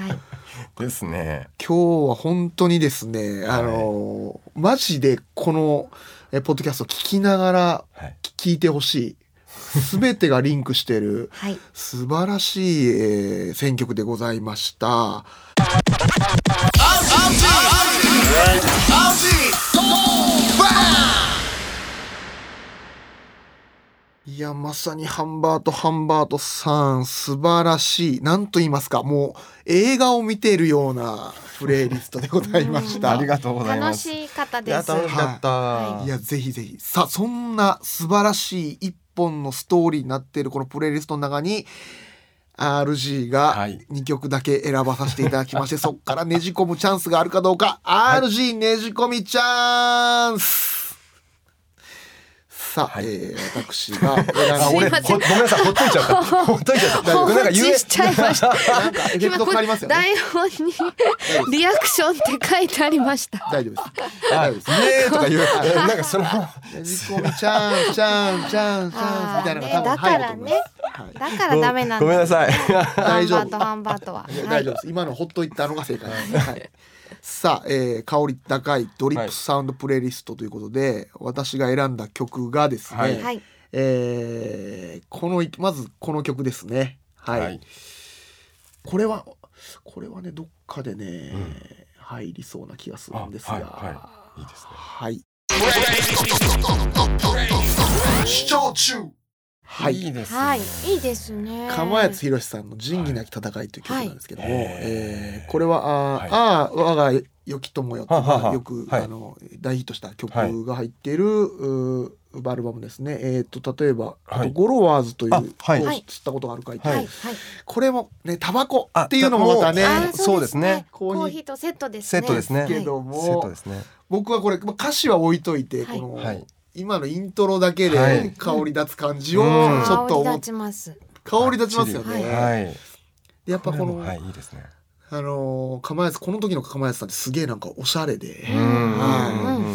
S2: ーですね。
S1: 今日は本当にですねあのーマジでこのえポッドキャスト聞きながら
S2: はい。
S1: 聞いてほしい全てがリンクしてる
S3: はい、
S1: 素晴らしい、えー選曲でございました。いや、まさにハンバート、ハンバートさん、素晴らしい。なんと言いますか、もう映画を見ているようなプレイリストでございました。
S2: ありがとうございま
S3: 楽
S2: す。
S3: しかった
S2: い
S3: で
S2: や
S3: す
S2: 楽しかった。
S1: いや、ぜひぜひ。さあ、そんな素晴らしい一本のストーリーになっているこのプレイリストの中に、RG
S2: は
S1: が
S2: い
S1: 2曲だけ選ばさせていただき [LAUGHS] まして、そこからねじ込むチャンスがあるかどうか、RG ねじ込みチャンスさあ、
S2: はい
S1: えー私 [LAUGHS] が
S2: あ、
S1: 選ん
S2: 俺
S1: で、
S2: ほごめんなさい、ほっといちゃった。
S3: [LAUGHS]
S2: ほっといちゃった。
S3: 放
S2: なんか
S3: 置
S2: 言え
S3: しちゃいました
S1: なんかエフェクト変わりますよね。
S3: 台本
S1: [LAUGHS]
S3: にリアクションって書いてありました。
S1: 大丈夫です。
S2: は
S1: 大
S2: い
S1: 丈夫
S2: イ
S1: です。
S2: エーイとか言う。なんかその
S1: ねじ込みチャンス、チャンス、チャンス、チャンスみたいなのが多分入ると思います。はい
S3: だからダメなん
S2: ご
S3: だ。
S2: めんなさい。
S1: 大丈夫
S3: ハンバートハンバートは。
S1: いや
S3: はい
S1: 大丈夫です。今のほっといたのが正解です。はい。さあ、えー、香り高いドリップサウンドプレイリストということで、私が選んだ曲がですね、
S2: はい
S3: はい。
S1: えーこのいまずこの曲ですね。はい。
S2: はい
S1: これはこれはねどっかでね、入りそうな気がするんですが、
S2: あはいはいいいですね
S1: はい。視聴中。はい。
S2: いいですね。
S3: はい。いいですね。
S1: かまやつひろしさんの「仁義なき戦い」という曲なんですけども、
S2: はい
S1: えーこれは「あー、
S2: はい
S1: あー我がよき友よ」っていうの
S2: はは
S1: が
S2: は
S1: よく、
S2: はい
S1: あの大ヒットした
S2: はい
S1: 曲が入っている、うーアルバムですね。えー、と例えば、あと
S2: はい
S1: ゴロワーズ」という
S2: あはい
S1: を知ったことがあるかいて、
S3: は
S2: はいい
S3: はい。
S1: これもねタバコ
S2: あ
S1: っていうのもまたね
S2: タバ
S3: あ
S2: コ
S3: ー
S2: そうですね
S3: コーヒーとセットですね。
S2: セットですね
S1: け
S3: はい
S1: ども、
S2: セットですね。
S1: 僕はこれまあ歌詞は置いといて、
S3: はい
S1: この、
S2: はい
S1: 今のイントロだけ
S2: は
S1: で
S2: い
S1: 香り立つ感じをち
S2: う
S1: ょ
S2: ん
S1: っと
S3: 香り
S1: 思っ
S3: 立ちます。
S1: 香り立ちますよね。
S2: はい。
S1: でやっぱこの、
S2: はいいいですね。
S1: あのー、釜安この時の釜安さんってすげえなんかおしゃれで、
S2: うんうん
S1: は
S2: うんうん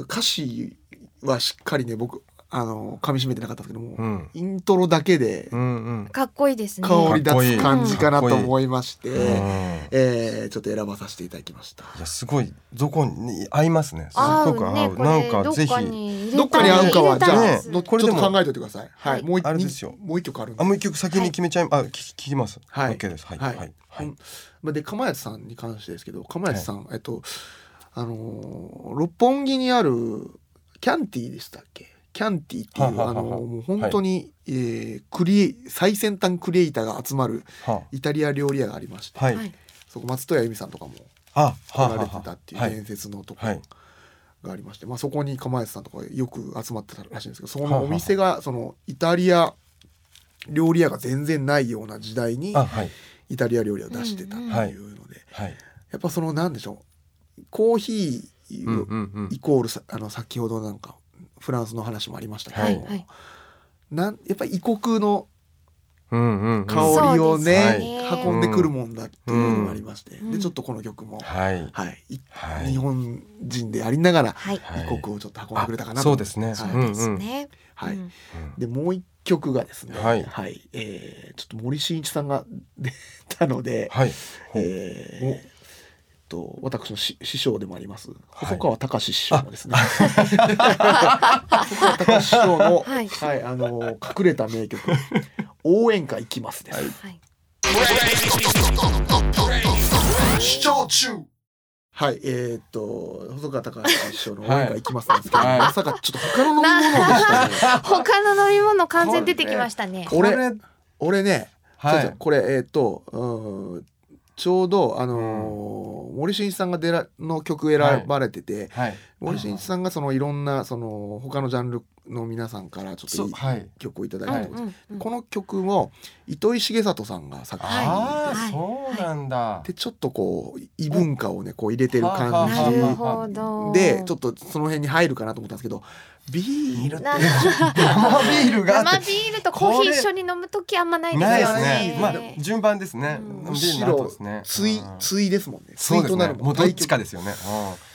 S1: 歌詞はしっかりね僕あのー、噛み締めてなかったんですけども、
S2: うん
S1: イントロだけで
S2: うんうん
S3: かっこいいですね。
S1: 香り立つ
S2: かっ
S1: 感
S2: こい
S1: じ
S2: い
S1: かなと思いまして、
S2: うん。
S1: えー、ちょっと選ばさせていただきました。
S2: いやすごいどこに合いますね。す
S3: 合
S2: ご
S3: う
S2: く
S3: ね
S2: 合う。
S3: これ
S2: なんかぜひ
S3: どっかに入れたい
S1: どっかに合うかは
S3: 入
S1: じ
S3: れたい
S1: ゃ
S3: で
S1: あ
S3: す
S1: のちょ
S2: こ
S1: っ
S2: れ
S1: と
S2: でも
S1: 考えておいてください。はい、
S3: はい
S1: もう一
S2: あれですよ
S1: もう一曲あるんで
S2: あもう一曲先に決めちゃい、あ聞き聞きます。
S1: はい
S2: OK です。はい
S1: は
S2: はいいはい。
S1: うんまあで釜安さんに関してですけど釜安さん、えっとあのー六本木にあるキャンティでしたっけキャンティっていう
S2: はあはあはあ
S1: あのーもう本当に、えークリエイ最先端クリエイターが集まる
S2: は
S1: イタリア料理屋がありまして、
S2: あはい。
S3: はい。
S1: そこ松任谷由実さんとかも
S2: あはあ
S1: 来
S2: は
S1: ら
S2: あ
S1: れて
S2: は
S1: たっていう
S2: あはい
S1: 伝説のとこ
S2: はい
S1: がありまして、まあ、そこに釜安さんとかよく集まってたらしいんですけどそのお店がそのイタリア料理屋が全然ないような時代に
S2: あはい
S1: イタリア料理を出してたっていうので、
S2: うんはい。
S1: やっぱそのなんでしょうコーヒ
S2: うんう
S1: ー
S2: んうん
S1: イコールさ、あの先ほどなんかフランスの話もありましたけど、
S3: はいはい。
S1: なんやっぱり異国の
S2: うんうんうん。
S1: 香りを
S2: は
S1: ね
S2: い
S1: 運んでくるもんだっていうのがありまして、
S3: うん
S1: でちょっとこの曲も、
S2: はい
S1: はいい
S2: はい。
S1: 日本人でありながら
S3: はい。
S2: はい
S1: 異国をちょっと運んでくれたかなと
S2: あそ
S1: 思
S2: う
S1: って
S2: ですね。
S1: はい
S2: うん
S3: で
S2: う
S3: す
S2: ん。
S3: ね。
S1: はい
S3: うん
S1: でもう一曲がですね、
S2: はい
S1: えーちょっと森進一さんが出たので、
S2: はい。ほう
S1: えー
S2: お
S1: えっと私のし師匠でもあります
S2: い
S1: 細川隆師匠もですね、 [LAUGHS] 細川隆師匠の、は
S3: はいい
S1: あの隠れた名曲「応援歌行きます」です。
S3: はい。
S1: 視聴中はい、えーっと細川隆之師匠の応援が
S2: はい
S1: いきますなんですけど、
S2: はい
S1: まさかちょっと他の飲み物でしたね。
S3: 他の飲み物完全出てきましたね。
S1: 俺俺ね、
S2: は
S1: そうそう
S2: い
S1: これえーっとうんちょうどあのー森進一さんが出らの曲選ばれてて、
S2: はい
S1: 森進一さんがそのいろんなその他のジャンルの皆さんからちょっと
S2: そ
S1: いうい
S2: はい
S1: 曲をいただ
S3: うん
S1: いて、
S2: は
S3: うんうん
S1: この曲も糸井重里さんが作詞
S2: あ
S3: は
S2: あ
S3: い
S2: そうなんだ
S1: でちょっとこう異文化をねこう入れてる感
S2: は
S3: なる
S1: じ
S3: ほど。
S1: でちょっとその辺に入るかなと思ったんですけどビールって
S3: な
S2: 生ビールがあ
S3: 生
S2: って
S3: ビールとコーヒー一緒に飲むときあんまないです
S2: ないで
S3: よ
S2: すね
S3: ね。
S2: まあ順番ですね
S3: うん
S1: む
S2: ビー
S1: し
S2: ルの後
S1: ろ
S2: ですね
S1: つい
S2: うん
S1: ついですもんねつ
S2: そう
S1: い
S2: です
S1: とな
S2: ね
S1: る
S2: もうどっちかですよね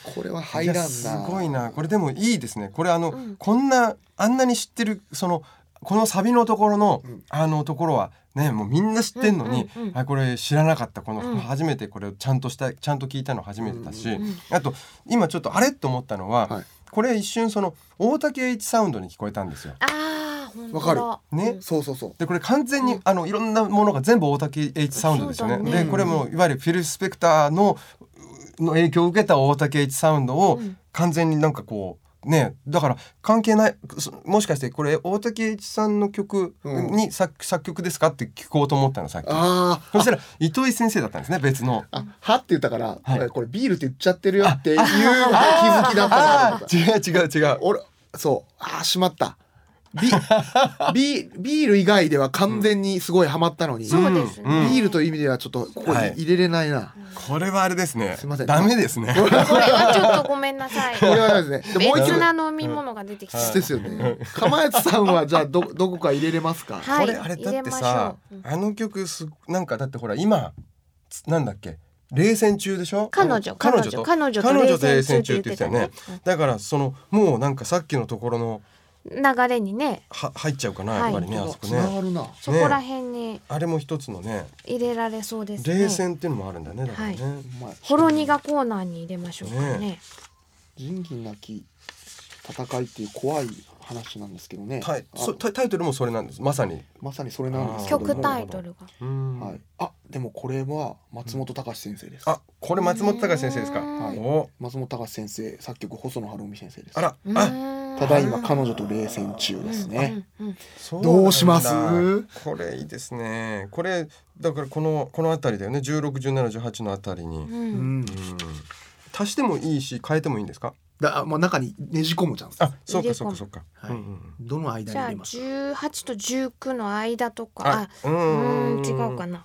S2: うん
S1: これは入らん
S2: い
S1: な
S2: やすごいなこれでもいいですねこれあの、
S3: うん
S2: こんなあんなに知ってるそのこのサビのところの、
S1: うん
S2: あのところはねもうみんな知ってんのに、
S3: うんうんうん
S2: あこれ知らなかったこの、
S3: うん
S2: 初めてこれをちゃんとしたちゃんと聞いたの初めてだし、
S1: うん
S3: うん
S2: あと今ちょっとあれと思ったのは、
S1: はい
S2: これ一瞬その大竹栄一サウンドに聞こえたんですよ。
S3: ああ、本当だ
S1: わ
S2: かるね
S1: そうそうそう
S2: でこれ完全に、
S3: うん
S2: あのいろんなものが全部大竹栄一サウンドですよね。
S3: そうだね
S2: でこれもいわゆるフィル・スペクターのの影響を受けた大竹栄一サウンドを
S3: うん
S2: 完全になんかこうねだから関係ないそもしかしてこれ大竹栄一さんの曲に作,、作曲ですかって聞こうと思ったのさっき。
S1: あー
S2: そしたら糸井先生だったんですね別の。
S1: あはって言ったから、
S2: はい
S1: これビールって言っちゃってるよっていう気づきだったなと思
S2: あ
S1: っ
S2: あ
S1: た
S2: 違う違う違う。
S1: 俺そうああしまったビ [LAUGHS] ビビール以外では完全にすごいハマったのに、
S3: そうですね。
S2: うん
S1: ビールという意味ではちょっとここに
S2: はい
S1: 入れれないな、
S2: これはあれですね。
S1: すいません
S2: ダメですね。
S3: これはちょっとごめんなさい。
S1: これはですねでもう一
S3: 別
S1: 曲
S3: な飲み物が出てき
S2: は
S3: た。
S2: い
S1: ですよねかまやつさんはじゃあどどこか入れれますか、
S3: はい
S2: これあれだってさ
S3: 入れましょう、
S2: あの曲すなんかだってほら今つなんだっけ冷戦中でしょ
S3: 彼女
S2: あの
S3: 彼
S2: 彼
S3: 女
S2: 女と
S3: 彼女と
S2: と冷戦中って言ってたよね
S3: 冷戦中って言って
S2: だからそのもうなんかさっきのところの
S3: 流れにね、
S2: は入っちゃうかな
S3: はい
S2: やっぱりね、あそこ
S1: つな
S2: ね
S1: がるな
S3: そこら辺に
S2: あれも一つのね
S3: 入れられそうですね。
S2: 冷戦っていうのもあるんだよねだからね、
S3: は
S1: お前
S3: ほろ苦コーナーに入れましょうかね
S2: ね。
S1: 仁義なき戦いっていう怖い話なんですけどね、
S2: タイ
S1: あ
S2: そタイタイトルもそれなんですまさに、
S1: まさにそれなんですけども
S3: 曲タイトルが。
S2: うん
S1: はい、あでもこれは松本隆先生です、
S2: あこれ松本隆先生ですか、
S3: はい
S2: お
S1: 松本隆先生作曲細野晴臣先生です
S2: あら
S3: う
S2: あ
S3: ーん
S1: ただいま彼女と冷戦中ですね、。
S3: うんうんうん
S2: そなんだ
S1: どうします
S2: これいいですねこれだからこのこの辺りだよね161718の辺りに、うん
S3: うん
S1: うん、
S2: 足してもいいし変えてもいいんですか
S1: だあもう中にねじ込むチャンス
S2: あそう
S3: 入れ込む
S2: かそうかそうか、
S1: はい
S2: うんうん
S1: どの間に
S3: じゃ
S1: 入
S3: あ
S1: れます
S3: 18と19の間と
S2: あ
S3: か、
S2: う
S3: あ、うんーん違うかな。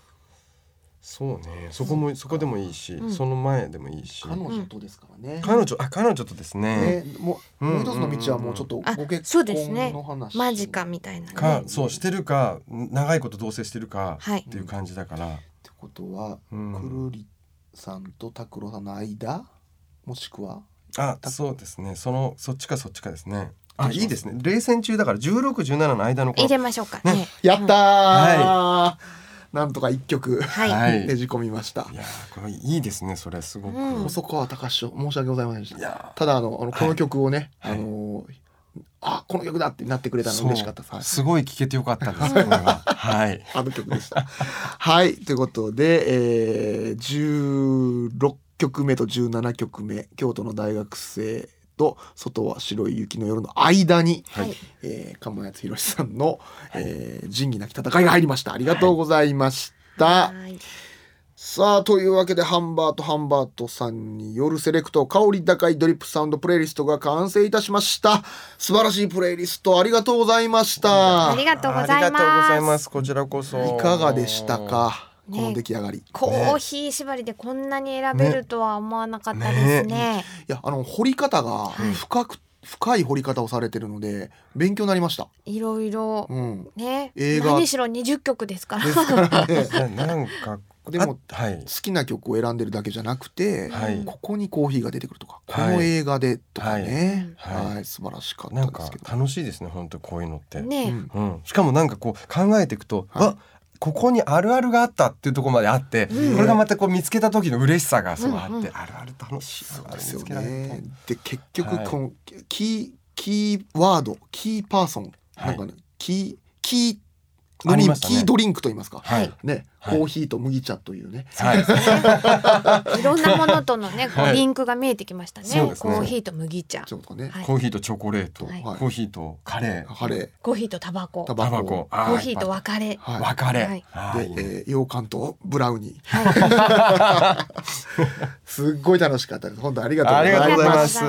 S2: そうねそこもそこでもいいし、
S3: うん
S2: その前でもいいし
S1: 彼女とですからね、
S2: 彼女あ彼女とですね
S1: ね、もう、
S2: うん
S1: もう一つの道はもうちょっと
S3: あ
S1: ご結
S3: そうですね
S1: 婚の話、
S3: マジかみたいな
S2: か
S3: ね。
S2: そうしてるか長いこと同棲してるか、
S3: はい
S2: っていう感じだから、
S1: ってことは、
S2: うん
S1: くるりさんと拓郎さんの間もしくは
S2: あ
S1: た
S2: そうですねそのそっちかそっちかですね
S1: ど
S2: あ
S1: うします
S2: いいですね冷戦中だから1617の間のこ
S3: 入
S2: の
S3: れましょうかね。
S1: やったー、
S2: は
S1: なんとか一曲、
S3: はい。
S2: はい
S1: ねじ込みました
S2: いやーこれいいですねそれすごく、
S3: うん
S1: 細川隆史申し訳ございませんで
S2: い
S1: した
S2: や
S1: ただあのあのこの曲をね、
S2: はい
S1: あのーあこの曲だってなってくれたの
S2: そう
S1: 嬉しかったですはい
S2: すごい聞けてよかったですこれははい
S1: あの曲でした。はいということで、えー、16曲目と17曲目京都の大学生と外は白い雪の夜の間に、
S3: はい
S1: えー、鴨谷博さんの、えー仁義なき戦いが入りました。ありがとうございました。
S3: はい
S1: さあというわけでハンバートハンバートさんによるセレクト香り高いドリップサウンドプレイリストが完成いたしました素晴らしいプレイリストありがとうございました
S3: ありがとうございます
S2: ありがとうございますこちらこそ
S1: いかがでしたか、
S3: ね
S1: この出来上がりい
S3: コーヒー縛りでこんなに選べるとは思わなかったですね。
S1: やあの掘り方が
S3: はい
S1: 深く、深い掘り方をされてるので勉強になりました
S3: いろいろ
S1: うん
S3: ね。
S1: 映画
S3: 何しろ20曲ですから。
S1: ですからね
S2: ななんか
S1: でも
S2: あはい
S1: 好きな曲を選んでるだけじゃなくて、
S2: はい
S1: ここにコーヒーが出てくるとか、
S2: はい
S1: この映画でとかね、
S2: はい
S1: はい
S2: は
S1: 素晴らしかっ
S2: な
S1: た
S2: ん
S1: で
S2: か
S1: すけど、
S2: 楽しいですね本当こういうのって、
S1: う
S3: ね。
S1: ん
S2: うん、しかもなんかこう考えていくと、
S1: はい
S2: あここにあるあるがあったっていうところまであって、
S3: うん
S2: これがまたこう見つけた時の嬉しさがすごいあって、
S3: うんうん
S2: あるある楽しいそう
S1: ですよね。で結
S2: は
S1: 局
S2: い
S1: このキーキーワードキーパーソン
S2: は
S1: ないんかねキーキー
S2: あり
S1: 飲み
S2: ましたね
S1: キードリンクと言いますか
S2: はい、
S1: ね
S2: はい
S1: コーヒーと麦茶というね
S2: はい、
S3: いろんなものとのね、こ
S2: は
S3: う
S2: い
S3: リンクが見えてきましたね。
S2: そうです
S3: コ
S2: ね
S3: ーヒーと麦茶、
S1: ちょっとね、
S3: はい
S2: コーヒーとチョコレート、
S3: はい
S2: コーヒーとカレー、
S1: ハレ
S3: コーヒーとタバコ、
S1: タ
S3: コ
S1: バ
S2: タ
S1: コ
S2: バコ、あ
S3: ーヒーと
S2: やっ
S3: 別れ。
S1: は
S2: ぱ
S1: い
S2: 別れ、
S3: はい
S2: あーいいね
S1: で、えー、羊羹とブラウニー
S3: はい、
S2: [LAUGHS]
S1: すっごい楽しかったです本当ありがとうござい
S3: ありがとうござい
S1: ま
S3: ま
S1: し
S3: す
S1: た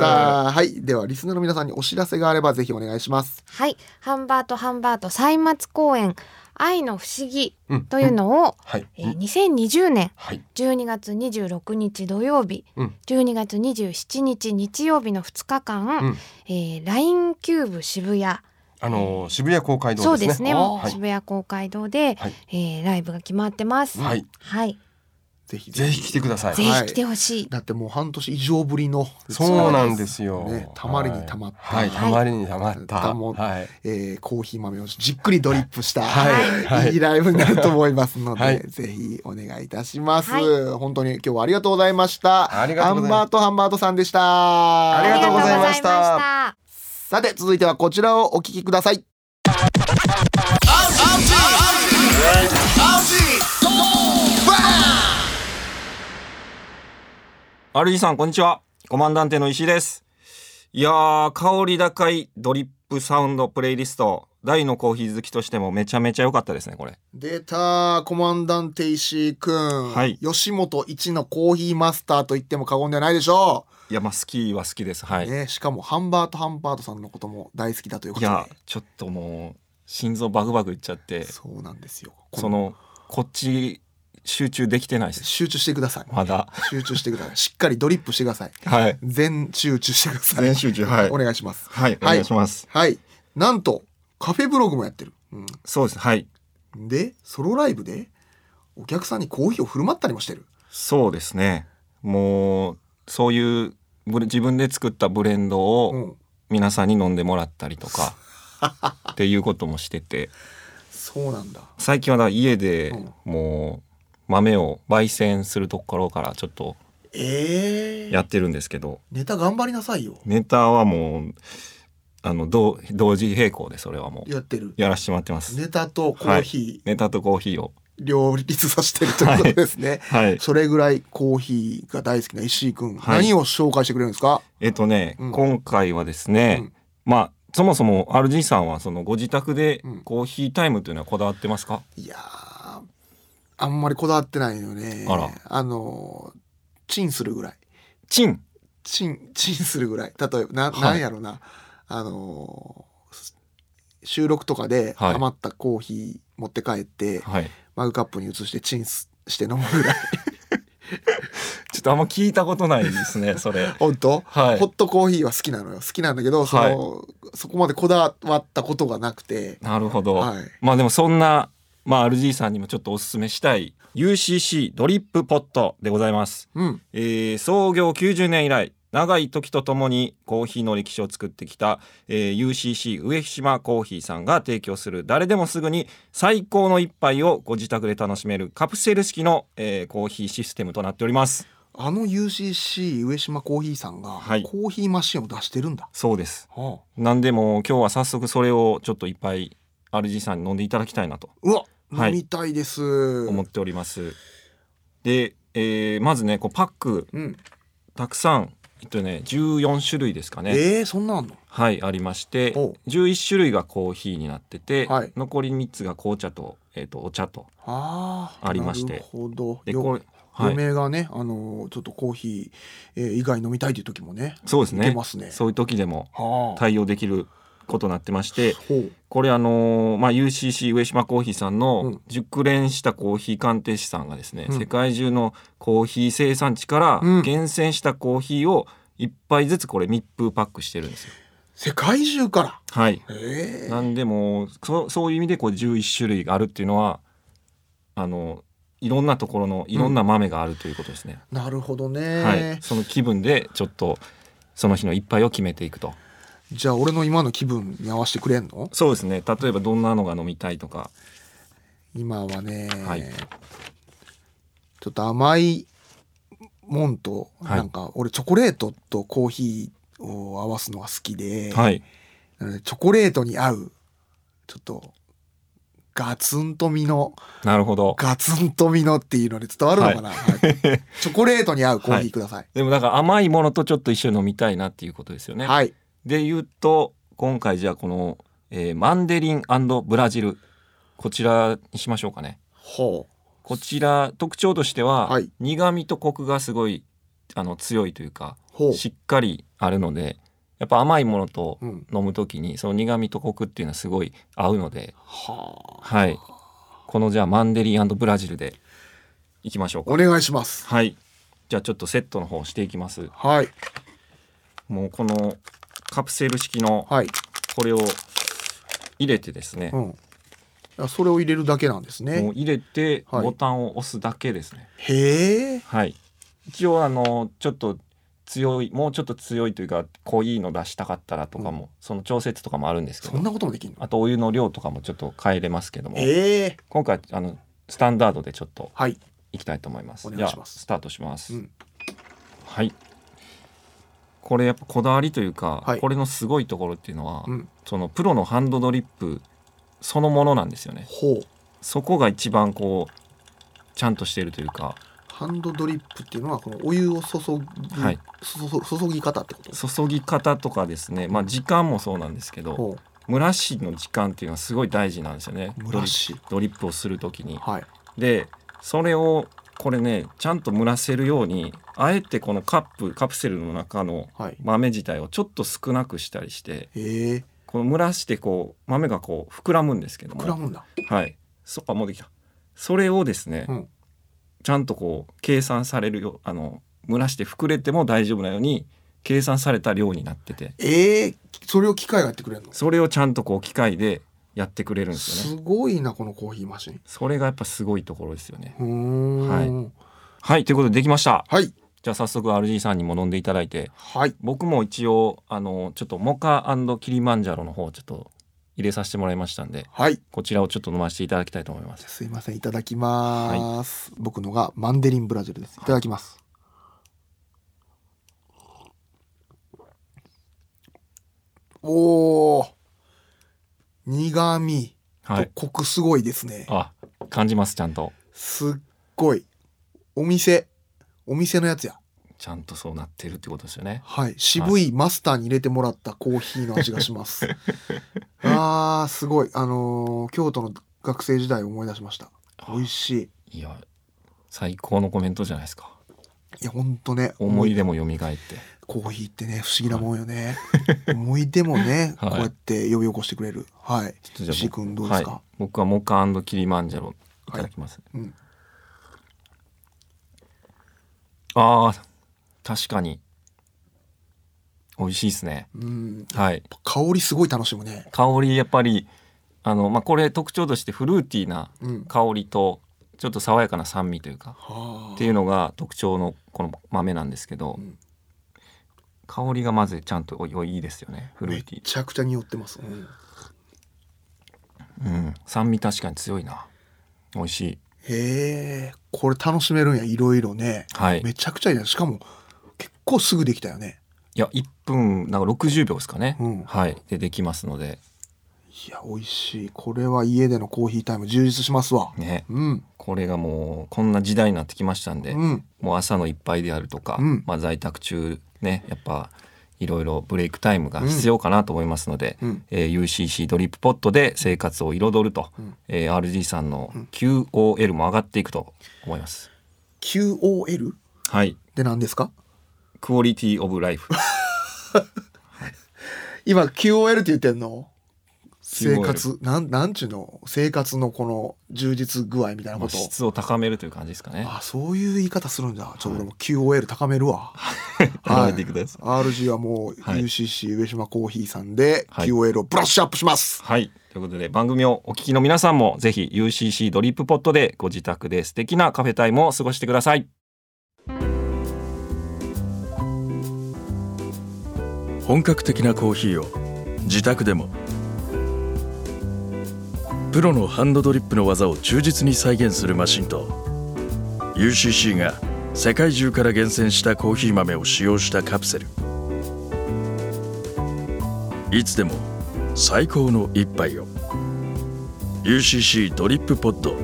S1: はいではリスナーの皆さんにお知らせがあればぜひお願いします
S3: はい、ハンバートハンバート歳末公演愛の不思議
S2: うん
S3: というのを、
S2: はい、
S3: えー2020年
S2: はい、
S3: 12月26日土曜日、
S2: うん
S3: 12月27日日曜日の2日間、
S2: うん
S3: えー、LINE キューブ渋谷
S2: あのー渋谷公会
S3: そ
S2: 堂
S3: う
S2: ですね。
S3: ですね、も
S2: は
S3: う
S2: い、
S3: 渋谷公会堂で、
S2: はい
S3: えーライブが決まってます。
S2: はい、
S3: はい、
S1: ぜひ
S2: ぜひ来てください。
S3: ぜひ来てほしい。
S1: だってもう半年以上ぶりの
S2: そうなんですよ。
S1: ねたまりにたまった
S2: はい、はいたまりにたまった。
S1: たも
S2: はい、
S1: えー、コーヒー豆をじっくりドリップした、
S2: はい
S1: い
S2: はい
S1: ライブになると思いますので、
S2: はい
S1: ぜひお願いいたします、
S3: はい
S1: 本当に今日はありがとうございました
S2: ありがとうございます
S1: ハンバートハンバートさんでした
S2: ありがとうございました
S3: ありがとうございました。
S1: さて続いてはこちらをお聞きください
S4: アルジさん、こんにちは。コマンダンテの石井です。いやー、香り高いドリップサウンドプレイリスト。大のコーヒー好きとしてもめちゃめちゃ良かったですね、これ。
S1: 出たコマンダンテ石井くん、
S4: はい
S1: 吉本一のコーヒーマスターと言っても過言ではないでしょ
S4: いや、まあ、好きは好きです。
S1: う、
S4: はい。い
S1: ね、しかもハンバートハンバートさんのことも大好きだということで
S4: や、ちょっともう、心臓バグバグいっちゃって、
S1: そうなんですよこ
S4: その、こっち、集中できてないです。
S1: 集中してください
S4: まだ。
S1: 集中してくださいしっかりドリップしてください
S4: はい。
S1: 全集中してください
S4: 全集中、はい
S1: お。願いします
S4: はい、お願いします。
S1: はいなんとカフェブログもやってる、う
S4: そうです。はい。
S1: ん、でソロライブでお客さんにコーヒーを振る舞ったりもしてる
S4: そうですね。もう、そういう、ブレ自分で作ったブレンドを、
S1: うん
S4: 皆さんに飲んでもらったりと [LAUGHS] かっていうこともしてて
S1: そうなんだ
S4: 最近はだから家で
S1: うん
S4: もう豆を焙煎するところからちょっと
S1: ええ
S4: やってるんですけど
S1: ネタ頑張りなさいよ
S4: ネタはもうあの同同時並行でそれはもう
S1: やってる
S4: やらせてもらってます
S1: ネタとコーヒー、
S4: ネタとコーヒーを
S1: 両立させてるということですね、
S4: はい
S1: [LAUGHS] それぐらいコーヒーが大好きな石井くん、
S4: はい
S1: 何を紹介してくれるんですか
S4: えっとね、
S1: うん
S4: 今回はですね、
S1: うん
S4: まあそもそも RG さんはそのご自宅で
S1: うん
S4: コーヒータイムというのはこだわってますか、
S1: いやーあんまりこだわってないよね
S4: あら
S1: のチンするぐらい
S4: チン
S1: チンチンするぐらい例えばな,、
S4: はい
S1: なんやろなあのー収録とかで
S4: はい
S1: 余ったコーヒー持って帰って、
S4: はい
S1: マグカップに移してチンすして飲むぐらい
S4: ちょっとあんま聞いたことないですね
S1: [LAUGHS]
S4: それ
S1: 本当、
S4: はい
S1: ホットコーヒーは好きなのよ好きなんだけどその、そこまでこだわったことがなくて
S4: なるほど、
S1: はい
S4: まあでもそんな、まあ、RG さんにもちょっとおすすめしたい UCC ドリップポットでございます、
S1: うん
S4: えー創業90年以来長い時とともにコーヒーの歴史を作ってきた、えー UCC 上島コーヒーさんが提供する誰でもすぐに最高の一杯をご自宅で楽しめるカプセル式の、えーコーヒーシステムとなっております
S1: あの UCC 上島コーヒーさんが、
S4: はい
S1: コーヒーマシンを出してるんだ、
S4: そうです
S1: はあ
S4: なんでもう今日は早速それをちょっといっぱい RG さんに飲んでいただきたいなと
S1: うわ、
S4: はい
S1: 飲みたいです
S4: 思っております。で、えーまずねこうパック
S1: うん、
S4: たくさんえっとね14種類ですかね、
S1: えー、そんなんあんの
S4: はいありまして
S1: おう
S4: 11種類がコーヒーになってて、
S1: はい
S4: 残り3つが紅茶と,、えー、とお茶と。
S1: あー
S4: ありまして
S1: なるほど
S4: で
S1: よ
S4: これはい
S1: 嫁がね、あのーちょっとコーヒー、えー以外飲みたいという時もね
S4: そうです
S1: い
S4: ね
S1: けますね
S4: そういう時でも
S1: はあ
S4: 対応できることになってまして
S1: ほう
S4: これあのーまあ、UCC 上島コーヒーさん
S1: うん
S4: の熟練したコーヒー鑑定士さんがですね、
S1: うん
S4: 世界中のコーヒー生産地か
S1: うん
S4: ら厳選したコーヒーを一杯ずつこれ密封パックしてるんですよ。
S1: 世界中か
S4: はい、
S1: らええ
S4: なんでもうそそういう意味でこう11種類があるっていうのはあのいろんなところのいろんな豆があるということですね。
S1: なるほどね、
S4: はい、その気分でちょっとその日の一杯を決めていくと。
S1: じゃあ俺の今の気分に合わせてくれんの
S4: そうですね例えばどんなのが飲みたいとか
S1: 今はね、
S4: はい
S1: ちょっと甘いもんと、
S4: はい
S1: なんか俺チョコレートとコーヒーを合わすのが好きで、
S4: はい
S1: なのでチョコレートに合うちょっとガツンと実の
S4: なるほど
S1: ガツンと実のっていうので伝わるのかな、はいチョコレートに合うコーヒーください
S4: でもだから甘いものとちょっと一緒に飲みたいなっていうことです [LAUGHS] よね、
S1: はい
S4: で言うと今回じゃあこの、えーマンデリンブラジルこちらにしましょうかね
S1: ほう
S4: こちら特徴としては、
S1: はい
S4: 苦味とコクがすごいあの強いというか
S1: ほう
S4: しっかりあるのでやっぱ甘いものと
S1: うん
S4: 飲むときにその苦味とコクっていうのはすごい合うので、
S1: はあ
S4: はい、このじゃあマンデリンブラジルでいきましょうか
S1: お願いします
S4: はいじゃあちょっとセットの方していきます
S1: はい
S4: もうこのカプセル式の
S1: はい
S4: これを入れてですね、
S1: うんあそれを入れるだけなんです
S4: もう
S1: ね
S4: 入れて
S1: はい
S4: ボタンを押すだけですね、
S1: へえ
S4: はい、一応あのちょっと強いもうちょっと強いというか濃いの出したかったらとかも、その調節とかもあるんですけ
S1: そ
S4: ど
S1: んなこともできるの
S4: あとお湯の量とかもちょっと変えれますけども
S1: ええ
S4: 今回あのスタンダードでちょっと
S1: はい
S4: いきたいと思います
S1: お
S4: じ
S1: 願
S4: ゃ
S1: い
S4: あ
S1: します
S4: スタートします、
S1: うん
S4: はいこれやっぱこだわりというか、
S1: はい
S4: これのすごいところっていうのは、
S1: うん
S4: そのプロのハンドドリップそのものなんですよね
S1: ほう
S4: そこが一番こうちゃんとしているというか
S1: ハンドドリップっていうのはこのお湯を注ぐ、
S4: はい
S1: 注注ぎ方ってこと
S4: 注ぎ方とかですね、まあ、時間もそうなんですけど
S1: ほ
S4: 蒸らしの時間っていうのはすごい大事なんですよね
S1: う蒸らし
S4: ドリップをする時に。
S1: はい
S4: でそれをこれねちゃんと蒸らせるようにあえてこのカップカプセルの中の
S1: はい
S4: 豆自体をちょっと少なくしたりして
S1: へえ
S4: この蒸らしてこう豆がこう膨らむんですけど
S1: 膨ら
S4: も
S1: むんだ
S4: はいそっかもうできたそれをですね、
S1: うん
S4: ちゃんとこう計算されるよあの蒸らして膨れても大丈夫なように計算された量になってて
S1: ええそれを機械がやってくれるの
S4: それをちゃんとこう機械でやってくれるんです
S1: す
S4: よね。
S1: ごいなこのコーヒーマシン
S4: それがやっぱすごいところですよね。
S1: うーんはい
S4: はい、ということでできました。
S1: はい
S4: じゃあ早速 RG さんにも飲んでいただいて、
S1: はい
S4: 僕も一応あのちょっとモカキリマンジャロの方をちょっと入れさせてもらいましたんで、こちらをちょっと飲ませていただきたいと思います。
S1: すいませんいただきます、僕のがマンデリンブラジルですいただきます、おー苦味
S4: は
S1: と
S4: い。
S1: コクすごいですね、
S4: あ、感じますちゃんと。
S1: すっごいお店お店のやつや
S4: ちゃんとそうなってるってことですよね。
S1: はい渋いマスターに入れてもらったコーヒーの味がします
S4: [LAUGHS]
S1: あーすごいあのー京都の学生時代を思い出しました美味しい
S4: いや、最高のコメントじゃないですか。
S1: いやほんとね
S4: 思い出も蘇って。
S1: コーヒーってね不思議なもんよね思い出もね、
S4: [LAUGHS] はい
S1: こうやって呼び起こしてくれるはい
S4: ちょっとじゃあ
S1: 石井君どうですか、
S4: はい、僕はモカキリマンジャロいただきます。
S1: うん、
S4: あー確かに美味しいですね
S1: うん
S4: はい
S1: 香りすごい楽しむね
S4: 香りやっぱりあの、まあ、これ特徴としてフルーティーな
S1: うん
S4: 香りとちょっと爽やかな酸味というか
S1: はあ
S4: っていうのが特徴のこの豆なんですけど、
S1: ん
S4: 香りがまずちゃんとおおいいですよねフル
S1: め
S4: ーティー
S1: ちゃくちゃ匂ってます、うん
S4: うん酸味確かに強いな美味しい
S1: へえこれ楽しめるんやいろいろね、
S4: はい
S1: めちゃくちゃいいねしかも結構すぐできたよね
S4: いや1分なんか60秒ですかね、
S1: うん
S4: はいでできますので
S1: いや美味しいこれは家でのコーヒータイム充実しますわ、
S4: ね
S1: うん
S4: これがもうこんな時代になってきましたんで、
S1: うん
S4: もう朝の一杯であるとか、
S1: うん
S4: まあ、在宅中ねやっぱいろいろブレイクタイムが必要かなと思いますので、
S1: うん
S4: えー UCC ドリップポットで生活を彩ると、えー RG さんの QOL も上がっていくと思います。
S1: QOL っ
S4: はい
S1: て何ですか
S4: クオリティオブライ [LAUGHS] フ
S1: 今 QOL って言ってんの
S4: QOL
S1: 生活なんなんちゅうの生活のこの充実具合みたいな
S4: ま
S1: こ
S4: あ
S1: と
S4: 質を高めるという感じですかね。
S1: あそういう言い方するんだちょっと俺も QOL 高めるわ、
S4: 考えてください。
S1: RG はもう
S4: はい
S1: UCC 上島コーヒーさんで
S4: はい
S1: QOL をブラッシュアップします、
S4: はい。ということで番組をお聞きの皆さんもぜひ UCC ドリップポットでご自宅で素敵なカフェタイムを過ごしてください。
S5: 本格的なコーヒーを自宅でもプロのハンドドリップの技を忠実に再現するマシンと UCC が世界中から厳選したコーヒー豆を使用したカプセルいつでも最高の一杯を UCC ドリップポッド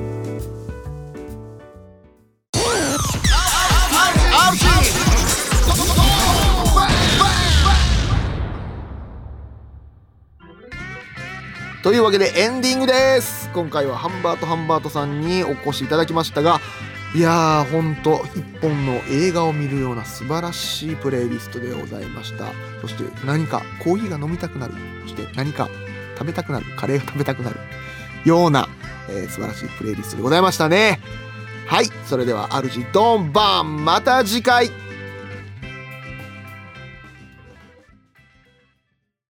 S1: というわけでエンディングです今回はハンバートハンバートさんにお越しいただきましたがいやーほんと一本の映画を見るような素晴らしいプレイリストでございましたそして何かコーヒーが飲みたくなるそして何か食べたくなるカレーが食べたくなるような、えー素晴らしいプレイリストでございましたねはいそれでは主ドンバンまた次回